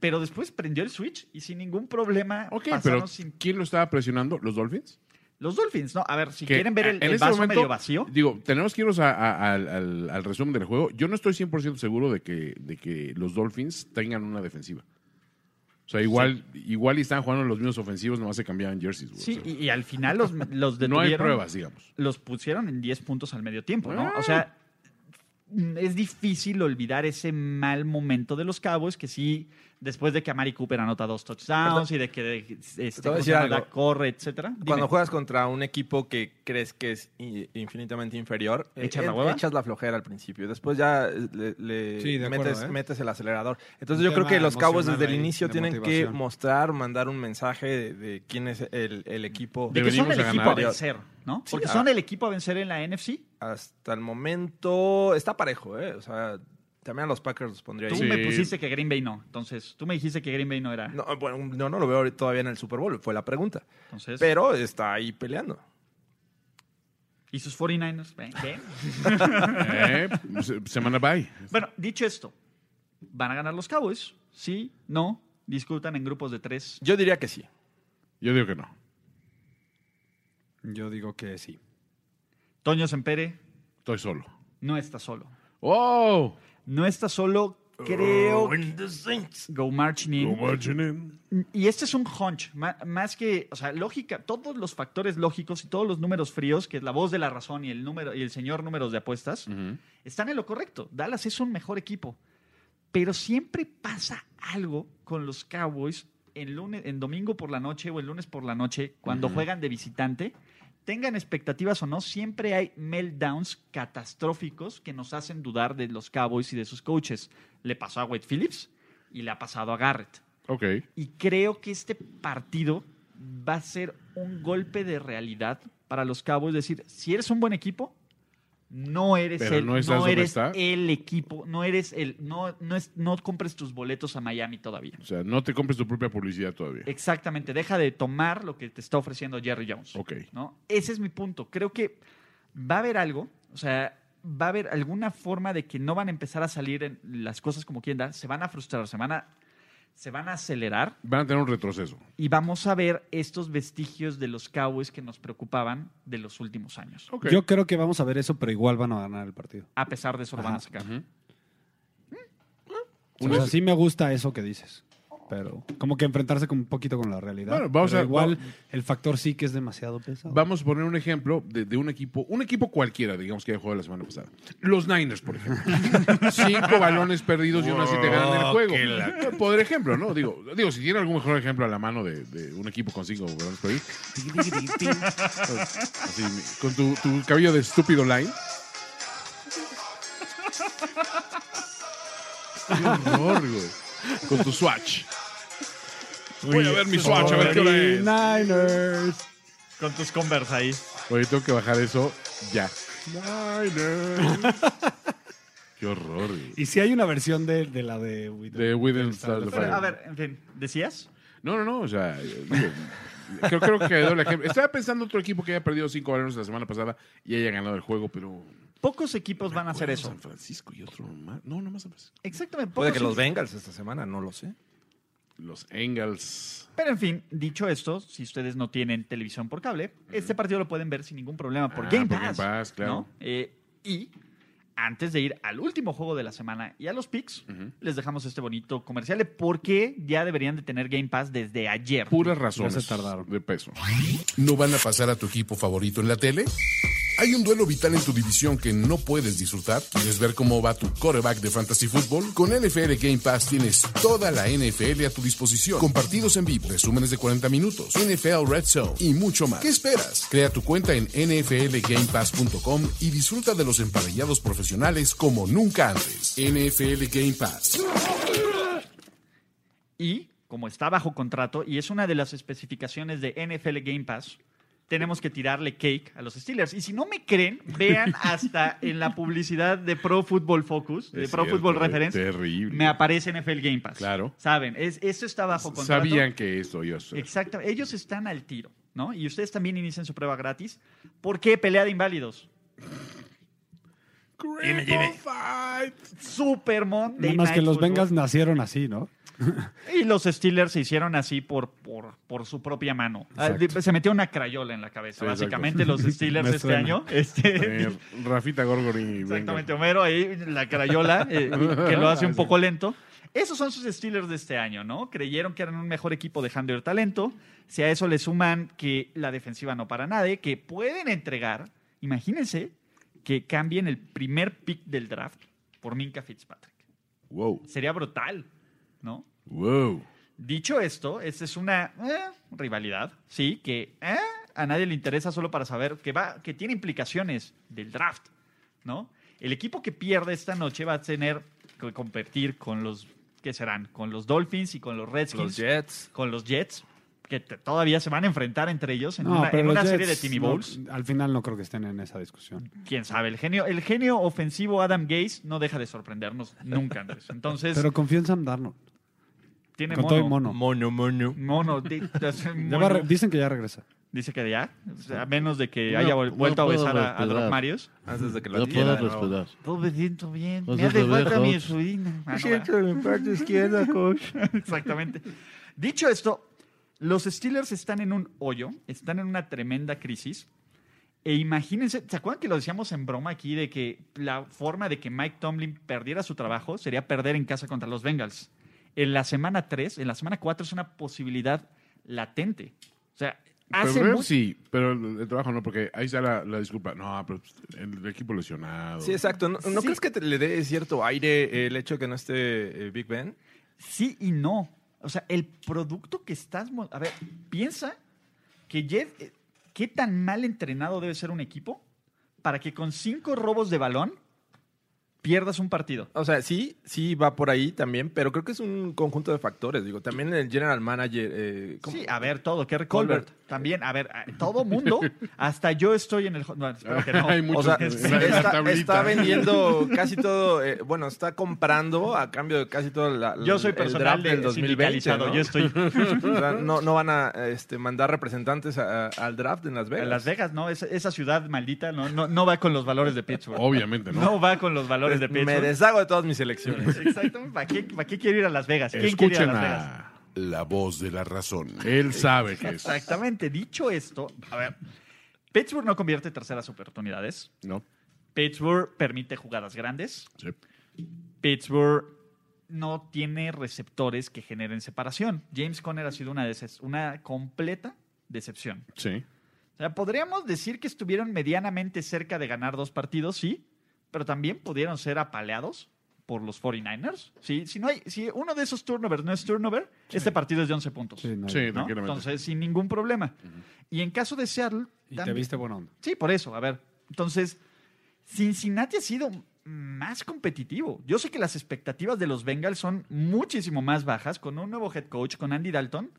pero después prendió el switch y sin ningún problema Ok, pero pasaron sin... ¿quién lo estaba presionando? ¿Los Dolphins? Los Dolphins, ¿no? A ver, si Que quieren ver el, el este vaso momento, medio vacío... Digo, tenemos que irnos a- a- al, al- al resumen del juego. Yo no estoy 100% seguro de que, de que los Dolphins tengan una defensiva. O sea, igual, igual y están jugando los mismos ofensivos, nomás se cambiaban jerseys. güey. Sí, O sea, y, y al final los, los no hay detuvieron. pruebas, digamos. los pusieron en 10 puntos al medio tiempo, ¿no? O sea, mm, es difícil olvidar ese mal momento de los Cowboys que sí, después de que Amari Cooper anota dos touchdowns y de que de- este, voy a ¿cómo se decir llama? algo. corre, etcétera. Dime. Cuando juegas contra un equipo que crees que es i- infinitamente inferior, eh, ¿Echas eh, la hueva? echas la flojera al principio. Después ya eh, le, le Sí, de acuerdo, metes, ¿eh? metes el acelerador. Entonces Un yo creo tema que los Cowboys emocional desde el ahí, inicio de tienen que motivación. mostrar, mandar un mensaje de, de quién es el, el equipo. de que son Deberíamos el a equipo a ganar. vencer, ¿no? Sí, Porque ah. son el equipo a vencer en la NFC. Hasta el momento está parejo, ¿eh? O sea, también a los Packers los pondría Tú ahí. Sí. me pusiste que Green Bay no. Entonces, tú me dijiste que Green Bay no era. No, bueno, no, no lo veo todavía en el Super Bowl, fue la pregunta. Entonces, Pero está ahí peleando. ¿y sus 49ers? ¿Ven? ¿Ven? Eh, se- semana bye. Bueno, dicho esto, ¿van a ganar los Cowboys? Sí, no. Discutan en grupos de tres. Yo diría que sí. Yo digo que no. Yo digo que sí. Toño Sempere Estoy solo. no está solo. ¡Oh! No está solo, Oh, creo. When the saints- Go marching in. Imaginen. Y este es un hunch, ma- más que, o sea, lógica, todos los factores lógicos y todos los números fríos, que es la voz de la razón y el número y el señor números de apuestas, están en lo correcto. Dallas es un mejor equipo, pero siempre pasa algo con los Cowboys en lunes, en domingo por la noche o el lunes por la noche cuando juegan de visitante. Tengan expectativas o no, siempre hay meltdowns catastróficos que nos hacen dudar de los Cowboys y de sus coaches. Le pasó a Wade Phillips y le ha pasado a Garrett. Ok. Y creo que este partido va a ser un golpe de realidad para los Cowboys. Es decir, si eres un buen equipo, no eres, Pero el, no estás donde eres está. el equipo, no eres el, no, no, es- no compres tus boletos a Miami todavía. O sea, no te compres tu propia publicidad todavía. Exactamente, deja de tomar lo que te está ofreciendo Jerry Jones. Ok. ¿no? Ese es mi punto. Creo que va a haber algo, o sea, va a haber alguna forma de que no van a empezar a salir en las cosas como quieren dar, se van a frustrar, se van a, se van a acelerar Van a tener un retroceso. y vamos a ver estos vestigios de los Cowboys que nos preocupaban de los últimos años. Ok. Yo creo que vamos a ver eso, pero igual van a ganar el partido. A pesar de eso, lo van a Ajá. sacar. O sea, sí me gusta eso que dices. Pero como que enfrentarse con un poquito con la realidad. Bueno, vamos Pero a- igual va- el factor sí que es demasiado pesado. Vamos a poner un ejemplo de, de un equipo, un equipo cualquiera, digamos, que haya jugado la semana pasada. Los Niners, por ejemplo. Cinco balones perdidos y uno así te ganan el juego. Por ejemplo, ¿no? Digo, digo, si tiene algún mejor ejemplo a la mano de, de un equipo con cinco balones perdidos. tiqui, tiqui, tiqui, tiqui. Así, con tu, tu cabello de estúpido line. Qué horror, güey. Con tu swatch. Voy a ver mi swatch, a ver qué hora es. Niners. Con tus Converse ahí. Oye, tengo que bajar eso ya. Qué horror. güey. Y si hay una versión de, de la de We Don't- De We Don't Start the Fire. a ver, en fin, ¿decías? No, no, no. O sea, eh, digo, creo, creo que quedó el ejemplo. Estaba pensando otro equipo que haya perdido cinco balones la semana pasada y haya ganado el juego, pero. Pocos equipos van a hacer Bueno, eso. San Francisco y otro más. No, no más San Francisco. Exactamente. Puede que pocos los Bengals esta semana, no lo sé. Los Engels. Pero en fin, dicho esto, si ustedes no tienen televisión por cable, este partido lo pueden ver sin ningún problema por Ah, Game por Pass. Game Pass, claro. ¿no? Eh, y antes de ir al último juego de la semana y a los picks, les dejamos este bonito comercial de por qué ya deberían de tener Game Pass desde ayer. Puras razones. Ya se tardaron. De peso. ¿No van a pasar a tu equipo favorito en la tele? ¿Hay un duelo vital en tu división que no puedes disfrutar? ¿Quieres ver cómo va tu coreback de fantasy fútbol? Con NFL Game Pass tienes toda la NFL a tu disposición, con partidos en vivo, resúmenes de 40 minutos, NFL Red Zone y mucho más. ¿Qué esperas? Crea tu cuenta en nflgamepass.com y disfruta de los emparellados profesionales como nunca antes. NFL Game Pass. Y como está bajo contrato y es una de las especificaciones de NFL Game Pass, tenemos que tirarle cake a los Steelers. Y si no me creen, vean hasta en la publicidad de Pro Football Focus, de Es Pro cierto, Football es Reference, Terrible. me aparece NFL Game Pass. Claro. Saben, es, esto está bajo contrato. Sabían que esto iba a suceder. Exacto. Ellos están al tiro, ¿no? Y ustedes también inician su prueba gratis. ¿Por qué pelea de inválidos? Jimmy, Jimmy. Super Monday Nada más que Night los Football. Bengals nacieron así, ¿no? Y los Steelers se hicieron así por, por, por su propia mano. Ah, Exacto. Se metió una crayola en la cabeza, Sí, exacto. básicamente, los Steelers Me este suena. año. Este, Eh, Rafita Gorgorin y exactamente, Homero ahí, la crayola, eh, que lo hace un poco lento. Esos son sus Steelers de este año, ¿no? Creyeron que eran un mejor equipo dejando el talento. Si a eso le suman que la defensiva no para nadie, que pueden entregar, imagínense que cambien el primer pick del draft por Minka Fitzpatrick. Wow. Sería brutal, ¿no? Wow. Dicho esto, esta es una eh, rivalidad, sí, que eh, a nadie le interesa solo para saber que va, que tiene implicaciones del draft, ¿no? El equipo que pierde esta noche va a tener que competir con los ¿qué serán? Con los Dolphins y con los Redskins, Los Jets. con los Jets, que te- todavía se van a enfrentar entre ellos en No, una, pero en los una serie de Jets Timmy no- Bowls. al final no creo que estén en esa discusión. Quién sabe, el genio, el genio ofensivo Adam Gaze no deja de sorprendernos nunca, Andrés. Entonces, Pero confío en Sam Darnold. tiene Con todo y mono. Mono, mono. Mono, di- Ya va a re- dicen que ya regresa. Dice que ya, o sea, a menos de que No, haya vuel- no vuelto a puedo besar a, a Doc respirar. Marius. Antes de Ah, que lo No diera puedo de nuevo. respirar. Todo me siento bien. No Me se hace te falta deja, mi Ox. insulina. Ah, mi parte izquierda, coach. Exactamente. Dicho esto, Los Steelers están en un hoyo, están en una tremenda crisis. E imagínense, ¿se acuerdan que lo decíamos en broma aquí de que la forma de que Mike Tomlin perdiera su trabajo sería perder en casa contra los Bengals? En la semana 3, en la semana 4 es una posibilidad latente. O sea, hace Pero mu- sí, pero el, el trabajo no, porque ahí está la, la disculpa. No, pero el equipo lesionado. Sí, exacto. ¿No, no Sí. crees que te- le dé cierto aire el hecho de que no esté eh, Big Ben? sí y no. O sea, el producto que estás... mo- A ver, piensa que Jeff, eh, ¿qué tan mal entrenado debe ser un equipo para que con cinco robos de balón pierdas un partido? O sea, sí, sí va por ahí también, pero creo que es un conjunto de factores. Digo, también el general manager. eh, ¿cómo? Sí, a ver, todo. Kerry Colbert. Colbert. También, a ver, a- todo mundo. Hasta yo estoy en el. ho- No, espero que no. Hay muchos. O sea, en la- en la está, tablita. está vendiendo casi todo, eh, bueno, está comprando a cambio de casi todo la, Yo soy el personal draft del de 2020. sindicalizado. ¿no? Yo estoy O sea, no, no van a este, mandar representantes a- a- al draft en Las Vegas. en Las Vegas, ¿no? Esa, esa ciudad maldita no, no, no va con los valores de Pittsburgh. Obviamente, ¿no? No va con los valores de Pues, Me Pittsburgh. deshago de todas mis elecciones. Exactamente. ¿Para qué, ¿Para qué quiero ir a Las Vegas? ¿Quién quiere ir Escuchen a Las Vegas? a. La voz de la razón. Él sabe que es. Exactamente. Dicho esto, a ver, Pittsburgh no convierte terceras oportunidades. No. Pittsburgh permite jugadas grandes. Sí. Pittsburgh no tiene receptores que generen separación. James Conner ha sido una, decep- una completa decepción. Sí. O sea, podríamos decir que estuvieron medianamente cerca de ganar dos partidos, sí, pero también pudieron ser apaleados por los 49ers. Sí, si, no hay, si uno de esos turnovers no es turnover, este partido es de 11 puntos. Sí, no, Sí, ¿no? tranquilamente. Entonces, sin ningún problema. Y en caso de Seattle... y te también- viste buena onda. Sí, por eso, a ver. Entonces, Cincinnati ha sido más competitivo. Yo sé que las expectativas de los Bengals son muchísimo más bajas con un nuevo head coach, con Andy Dalton,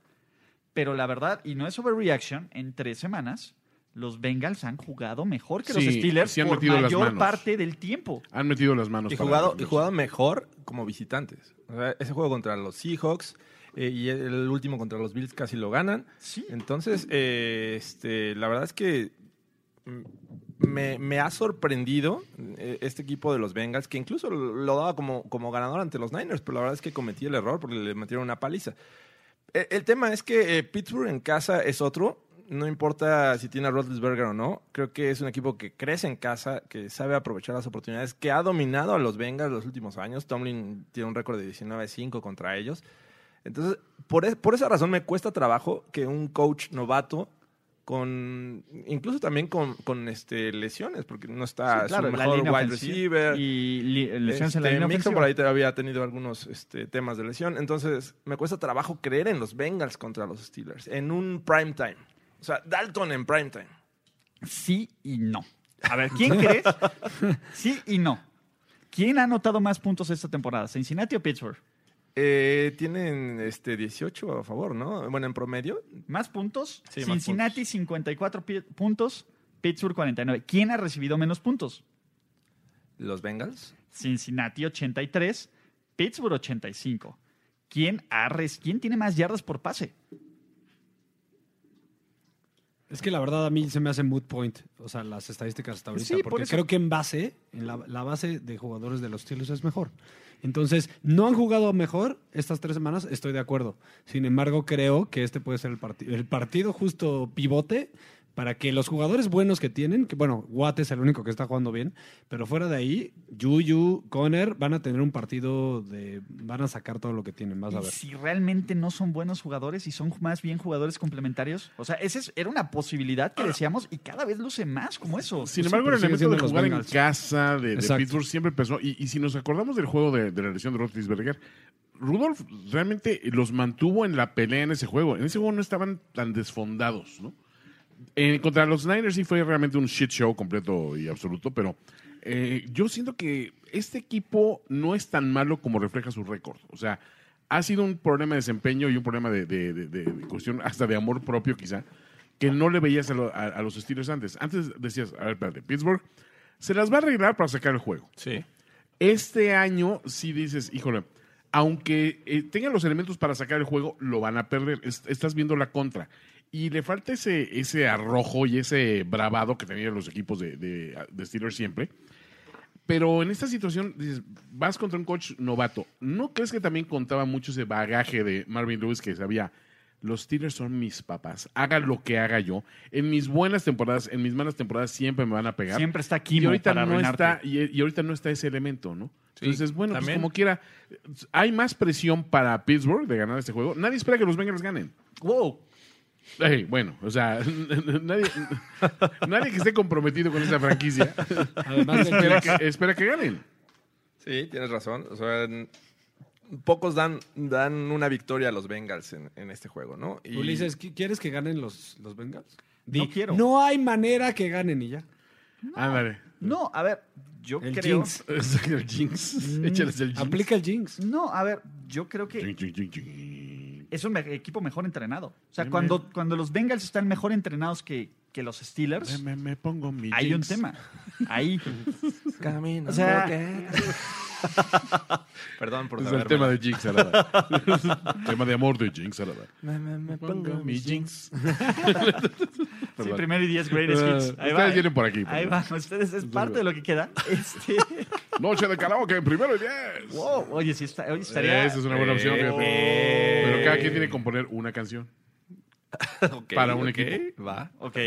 pero la verdad, y no es overreaction, en tres semanas los Bengals han jugado mejor que Sí, los Steelers sí han por metido las mayor manos. parte del tiempo. Han metido las manos. y, para jugado, y defenderse. jugado mejor como visitantes. O sea, ese juego contra los Seahawks eh, y el último contra los Bills casi lo ganan. Sí. Entonces, eh, este, la verdad es que mm, me, me ha sorprendido eh, este equipo de los Bengals, que incluso lo lo daba como, como ganador ante los Niners, pero la verdad es que cometí el error porque le metieron una paliza. Eh, El, tema es que eh, Pittsburgh en casa es otro. No importa si tiene a Roethlisberger o no, creo que es un equipo que crece en casa, que sabe aprovechar las oportunidades, que ha dominado a los Bengals los últimos años. Tomlin tiene un récord de 19-5 contra ellos. Entonces, por, es- por esa razón me cuesta trabajo que un coach novato con incluso también con, con, este lesiones, porque no está Sí, claro, su la ah, mejor línea wide ofensiva receiver. Y li- lesiones en la Este, línea Mixon ofensiva. por ahí te- había tenido algunos este, temas de lesión. Entonces, me cuesta trabajo creer en los Bengals contra los Steelers en un prime time. O sea, Dalton en prime time. Sí y no. A ver, ¿quién crees? Sí y no. ¿Quién ha anotado más puntos esta temporada? ¿Cincinnati o Pittsburgh? Eh, tienen este 18 a favor, ¿no? Bueno, en promedio. Más puntos. Sí, más Cincinnati 54 pi- puntos, Pittsburgh 49. ¿Quién ha recibido menos puntos? Los Bengals. Cincinnati 83, Pittsburgh 85. ¿Quién, ha res- ¿Quién tiene más yardas por pase? Es que la verdad a mí se me hace mood point, o sea, las estadísticas hasta ahorita, Sí, por porque eso. creo que en base, en la, la base de jugadores de los Steelers es mejor. Entonces, no han jugado mejor estas tres semanas, estoy de acuerdo. Sin embargo, creo que este puede ser el, parti- el partido justo pivote para que los jugadores buenos que tienen, que bueno, Watt es el único que está jugando bien, pero fuera de ahí, Juju, Conner van a tener un partido de, van a sacar todo lo que tienen, vas a Y ver. si realmente no son buenos jugadores y son más bien jugadores complementarios. O sea, esa es- era una posibilidad que decíamos y cada vez luce más como eso. Sin Pues Sí, embargo, el pero sigue elemento siendo de los jugar en Bengals. casa de, de Exacto. Pittsburgh siempre pesó. Y, y si nos acordamos del juego de, de la lesión de Roethlisberger, Rudolph realmente los mantuvo en la pelea en ese juego. En ese juego no estaban tan desfondados, ¿no? Eh, contra los Niners sí fue realmente un shit show completo y absoluto, pero eh, yo siento que este equipo no es tan malo como refleja su récord. O sea, ha sido un problema de desempeño y un problema de, de- de- de- de cuestión hasta de amor propio quizá, que no le veías a, lo- a- a los Steelers antes. Antes decías, a ver, espérate, Pittsburgh se las va a arreglar para sacar el juego. Sí. Este año sí dices, híjole, aunque eh, tengan los elementos para sacar el juego, lo van a perder. Es- estás viendo la contra. Y le falta ese, ese arrojo y ese bravado que tenían los equipos de, de, de Steelers siempre. Pero en esta situación, dices, vas contra un coach novato. ¿No crees que también contaba mucho ese bagaje de Marvin Lewis que sabía Los Steelers son mis papás. Haga lo que haga yo. En mis buenas temporadas, en mis malas temporadas siempre me van a pegar. Siempre está y Kimo ahorita para no arruinarte. está y, y ahorita no está ese elemento, ¿no? Sí, Entonces, bueno, pues también. como quiera, hay más presión para Pittsburgh de ganar este juego. Nadie espera que los Bengals ganen. Wow. Ey, bueno, o sea, nadie, nadie que esté comprometido con esa franquicia Además de espera que, espera que ganen. Sí, tienes razón. O sea, n- pocos dan, dan una victoria a los Bengals en, en este juego, ¿no? Y- Ulises, ¿qui- ¿quieres que ganen los, los Bengals? Di, quiero. No hay manera que ganen y ya. Ándale. No, a ver, yo El creo. Jinx. el jinx. Mm. Échales el jinx. Aplica el jinx. No, a ver, yo creo que Jing, jing, jing, jing. es un me- equipo mejor entrenado. O sea, Deme. cuando, cuando los Bengals están mejor entrenados que, que los Steelers, Me, me pongo mi hay un jinx. tema. Ahí. Camino, O sea- Perdón por Es el saberme. tema de Jinx Arada. tema de amor de Jinx Arada. Me, me- me Pongo mi jinx. Sí, Perdón. primero y diez greatest Eh, hits. Ahí ustedes va. vienen por aquí, por Ahí favor. van. Ustedes es parte de lo que queda. Este, Noche de karaoke, primero y diez. wow. Oye, sí está, oye, estaría. Esa es una buena opción, fíjate. Pero cada quien tiene que componer una canción. Ok, para un ok, equipo. Va. Ok,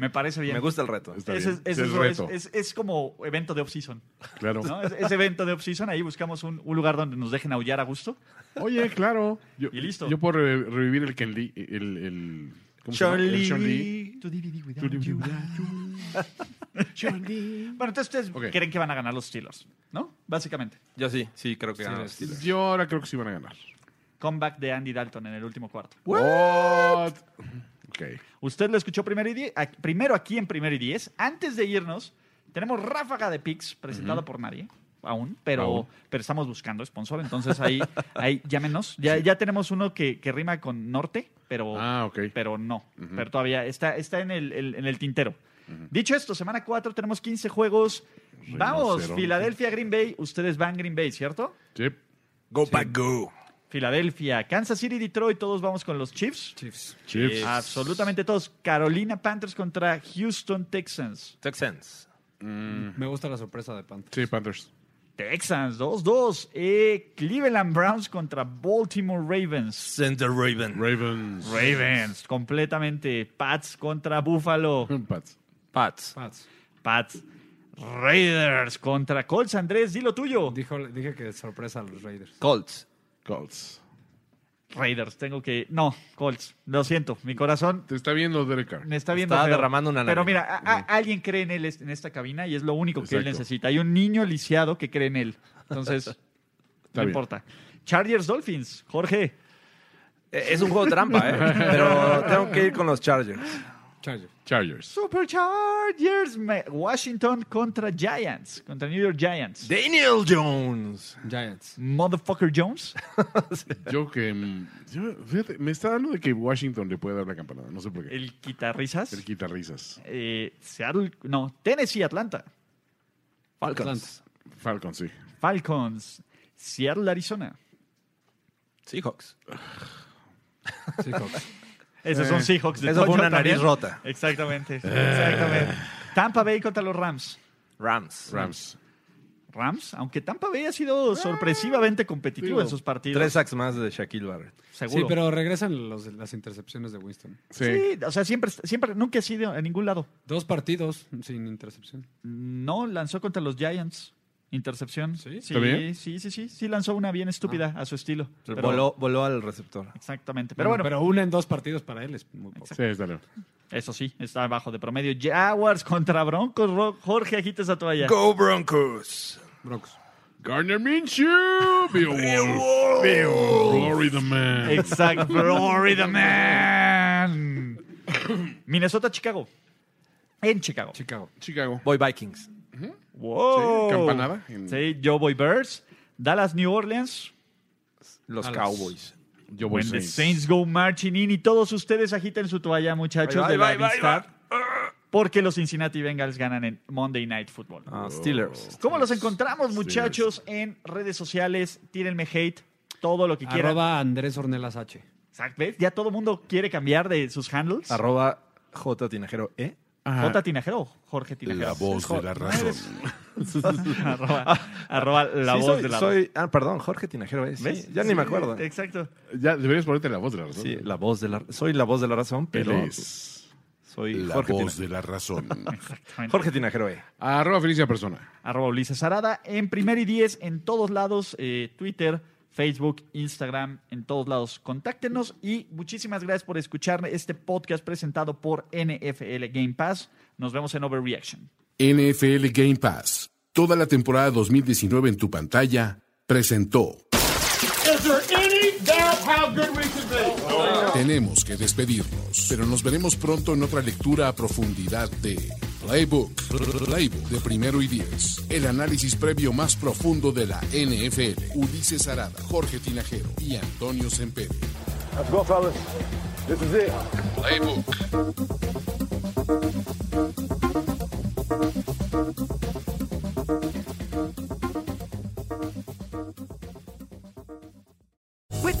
me parece bien. Me gusta el reto. Está Ese es, bien. ese Ese es es- reto. es- es como evento de off-season. Claro. ¿no? Es, es evento de off-season. Ahí buscamos un, un lugar donde nos dejen aullar a gusto. Oye, claro. Yo, Y listo. Yo puedo re- revivir el Ken Lee. El, el, ¿Cómo se llama? El Sean Lee. To DVD without you. Bueno, entonces ustedes Ok. creen que van a ganar los Steelers, ¿no? Básicamente. Yo sí, sí, creo que ganan los sí. Steelers. Yo ahora creo que sí van a ganar. Comeback de Andy Dalton en el último cuarto. What? Ok. Usted lo escuchó primero, y die- a- primero aquí en Primero y Diez. Antes de irnos, tenemos Ráfaga de Picks presentado por nadie aún, pero, Aún. pero estamos buscando sponsor. Entonces ahí, ahí llámenos. Ya, ya tenemos uno que, que rima con norte, pero, Ah, ok. pero no. Pero todavía está, está en, el, el- en el tintero. Dicho esto, semana 4 tenemos 15 juegos. Vamos, Rinoceronte. Filadelfia, Green Bay. Ustedes van Green Bay, ¿cierto? Sí. Go Pack Go. Filadelfia, Kansas City, Detroit. Todos vamos con los Chiefs. Chips. Eh, Absolutamente todos. Carolina Panthers contra Houston Texans. Texans. Me gusta la sorpresa de Panthers. Sí, Panthers. Texans 2-2. Eh, Cleveland Browns contra Baltimore Ravens. Center Raven. Ravens. Ravens, completamente. Pats contra Buffalo. Pats. Pats. Pats. Pats. Raiders contra Colts. Andrés, di lo tuyo. Dijo- dije que sorpresa a los Raiders. Colts. Colts. Raiders, tengo que. No, Colts. Lo siento, mi corazón Te está viendo Derek Carr. me está viendo. Estaba feo. derramando una Pero lágrima. Mm. mira, a- a- alguien cree en él est- en esta cabina y es lo único que él Exacto. necesita. Hay un niño lisiado que cree en él. Entonces, no bien. importa. Chargers Dolphins, Jorge. Eh, Es un juego trampa, ¿eh? Pero tengo que ir con los Chargers. Chargers. Chargers. Superchargers, me- Washington contra Giants, contra New York Giants. Daniel Jones. Giants. Motherfucker Jones. Yo que. mm, yo- fíjate, me está dando de que Washington le puede dar la campanada. No sé por qué. El, El quitarrisas. quita risas. Eh, Seattle, no, Tennessee, Atlanta. Falcons. Falcon, sí. Falcons. Seattle, Arizona. Seahawks. Seahawks. Esos son Seahawks. de Eh, Eso fue Toño una nariz también. rota. Eh. Exactamente, exactamente. Tampa Bay contra los Rams. Rams. Rams. Rams, aunque Tampa Bay ha sido sorpresivamente competitivo Digo, en sus partidos. Ah, Tres sacks más de Shaquille Barrett. seguro. Sí, pero regresan los- las intercepciones de Winston. sí. Sí, o sea, siempre, siempre, nunca ha sido en ningún lado. Dos partidos sin intercepción. No, lanzó contra los Giants. Intercepción. ¿Sí? Ah. sí, ¿Está bien? sí, sí, sí. Sí lanzó una bien estúpida a su estilo. Pero- voló, voló al receptor. Exactamente. Pero bueno, pero una en dos partidos para él es muy poco. Sí, está bien. eso sí, está abajo de promedio. Jaguars contra Broncos. Ro- Jorge, agita esa toalla. Go Broncos. Broncos. Gardner Minshew, Beowulf, Beowulf, Glory the Man. Exacto. Glory the man. Minnesota, Chicago. En Chicago. Chicago. Chicago. Voy Vikings. Wow. Sí, campanada en- Sí, yo voy Bears. Dallas, New Orleans. Los A los- Cowboys. Yo voy When the Saints go marching in. Y todos ustedes agiten su toalla, muchachos, Ahí de va, la ahí va, ahí va, amistad. Porque los Cincinnati Bengals ganan en Monday Night Football. Ah, Steelers. ¿Cómo los encontramos, muchachos? En redes sociales, tírenme hate, todo lo que quieran. Arroba Andrés Ornelas H. Exacto, ¿ves? Ya todo mundo quiere cambiar de sus handles. Arroba J Tinajero E. J. Tinajero, Jorge Tinajero. voz de la razón. arroba, arroba la Sí, voz soy, de la soy- Ah, perdón, Jorge Tinajero es. sí, ¿Ves? ya ni Sí, me acuerdo. Exacto. Ya deberías ponerte la voz de la razón. Sí, la voz de la... Soy la voz de la razón, pero Él es soy La Jorge, voz Tina- de la razón. Exactamente. Jorge Tinajero eh. Arroba Felicia Persona. arroba Ulises Arada, en primer y diez, en todos lados, eh, Twitter, Facebook, Instagram, en todos lados, contáctenos y muchísimas gracias por escuchar este podcast presentado por NFL Game Pass. Nos vemos en Overreaction. NFL Game Pass. Toda la temporada 2019 en tu pantalla presentó. Tenemos que despedirnos, pero nos veremos pronto en otra lectura a profundidad de Playbook, Playbook de primero y diez, el análisis previo más profundo de la NFL. Ulises Arada, Jorge Tinajero y Antonio Semperi. Playbook. With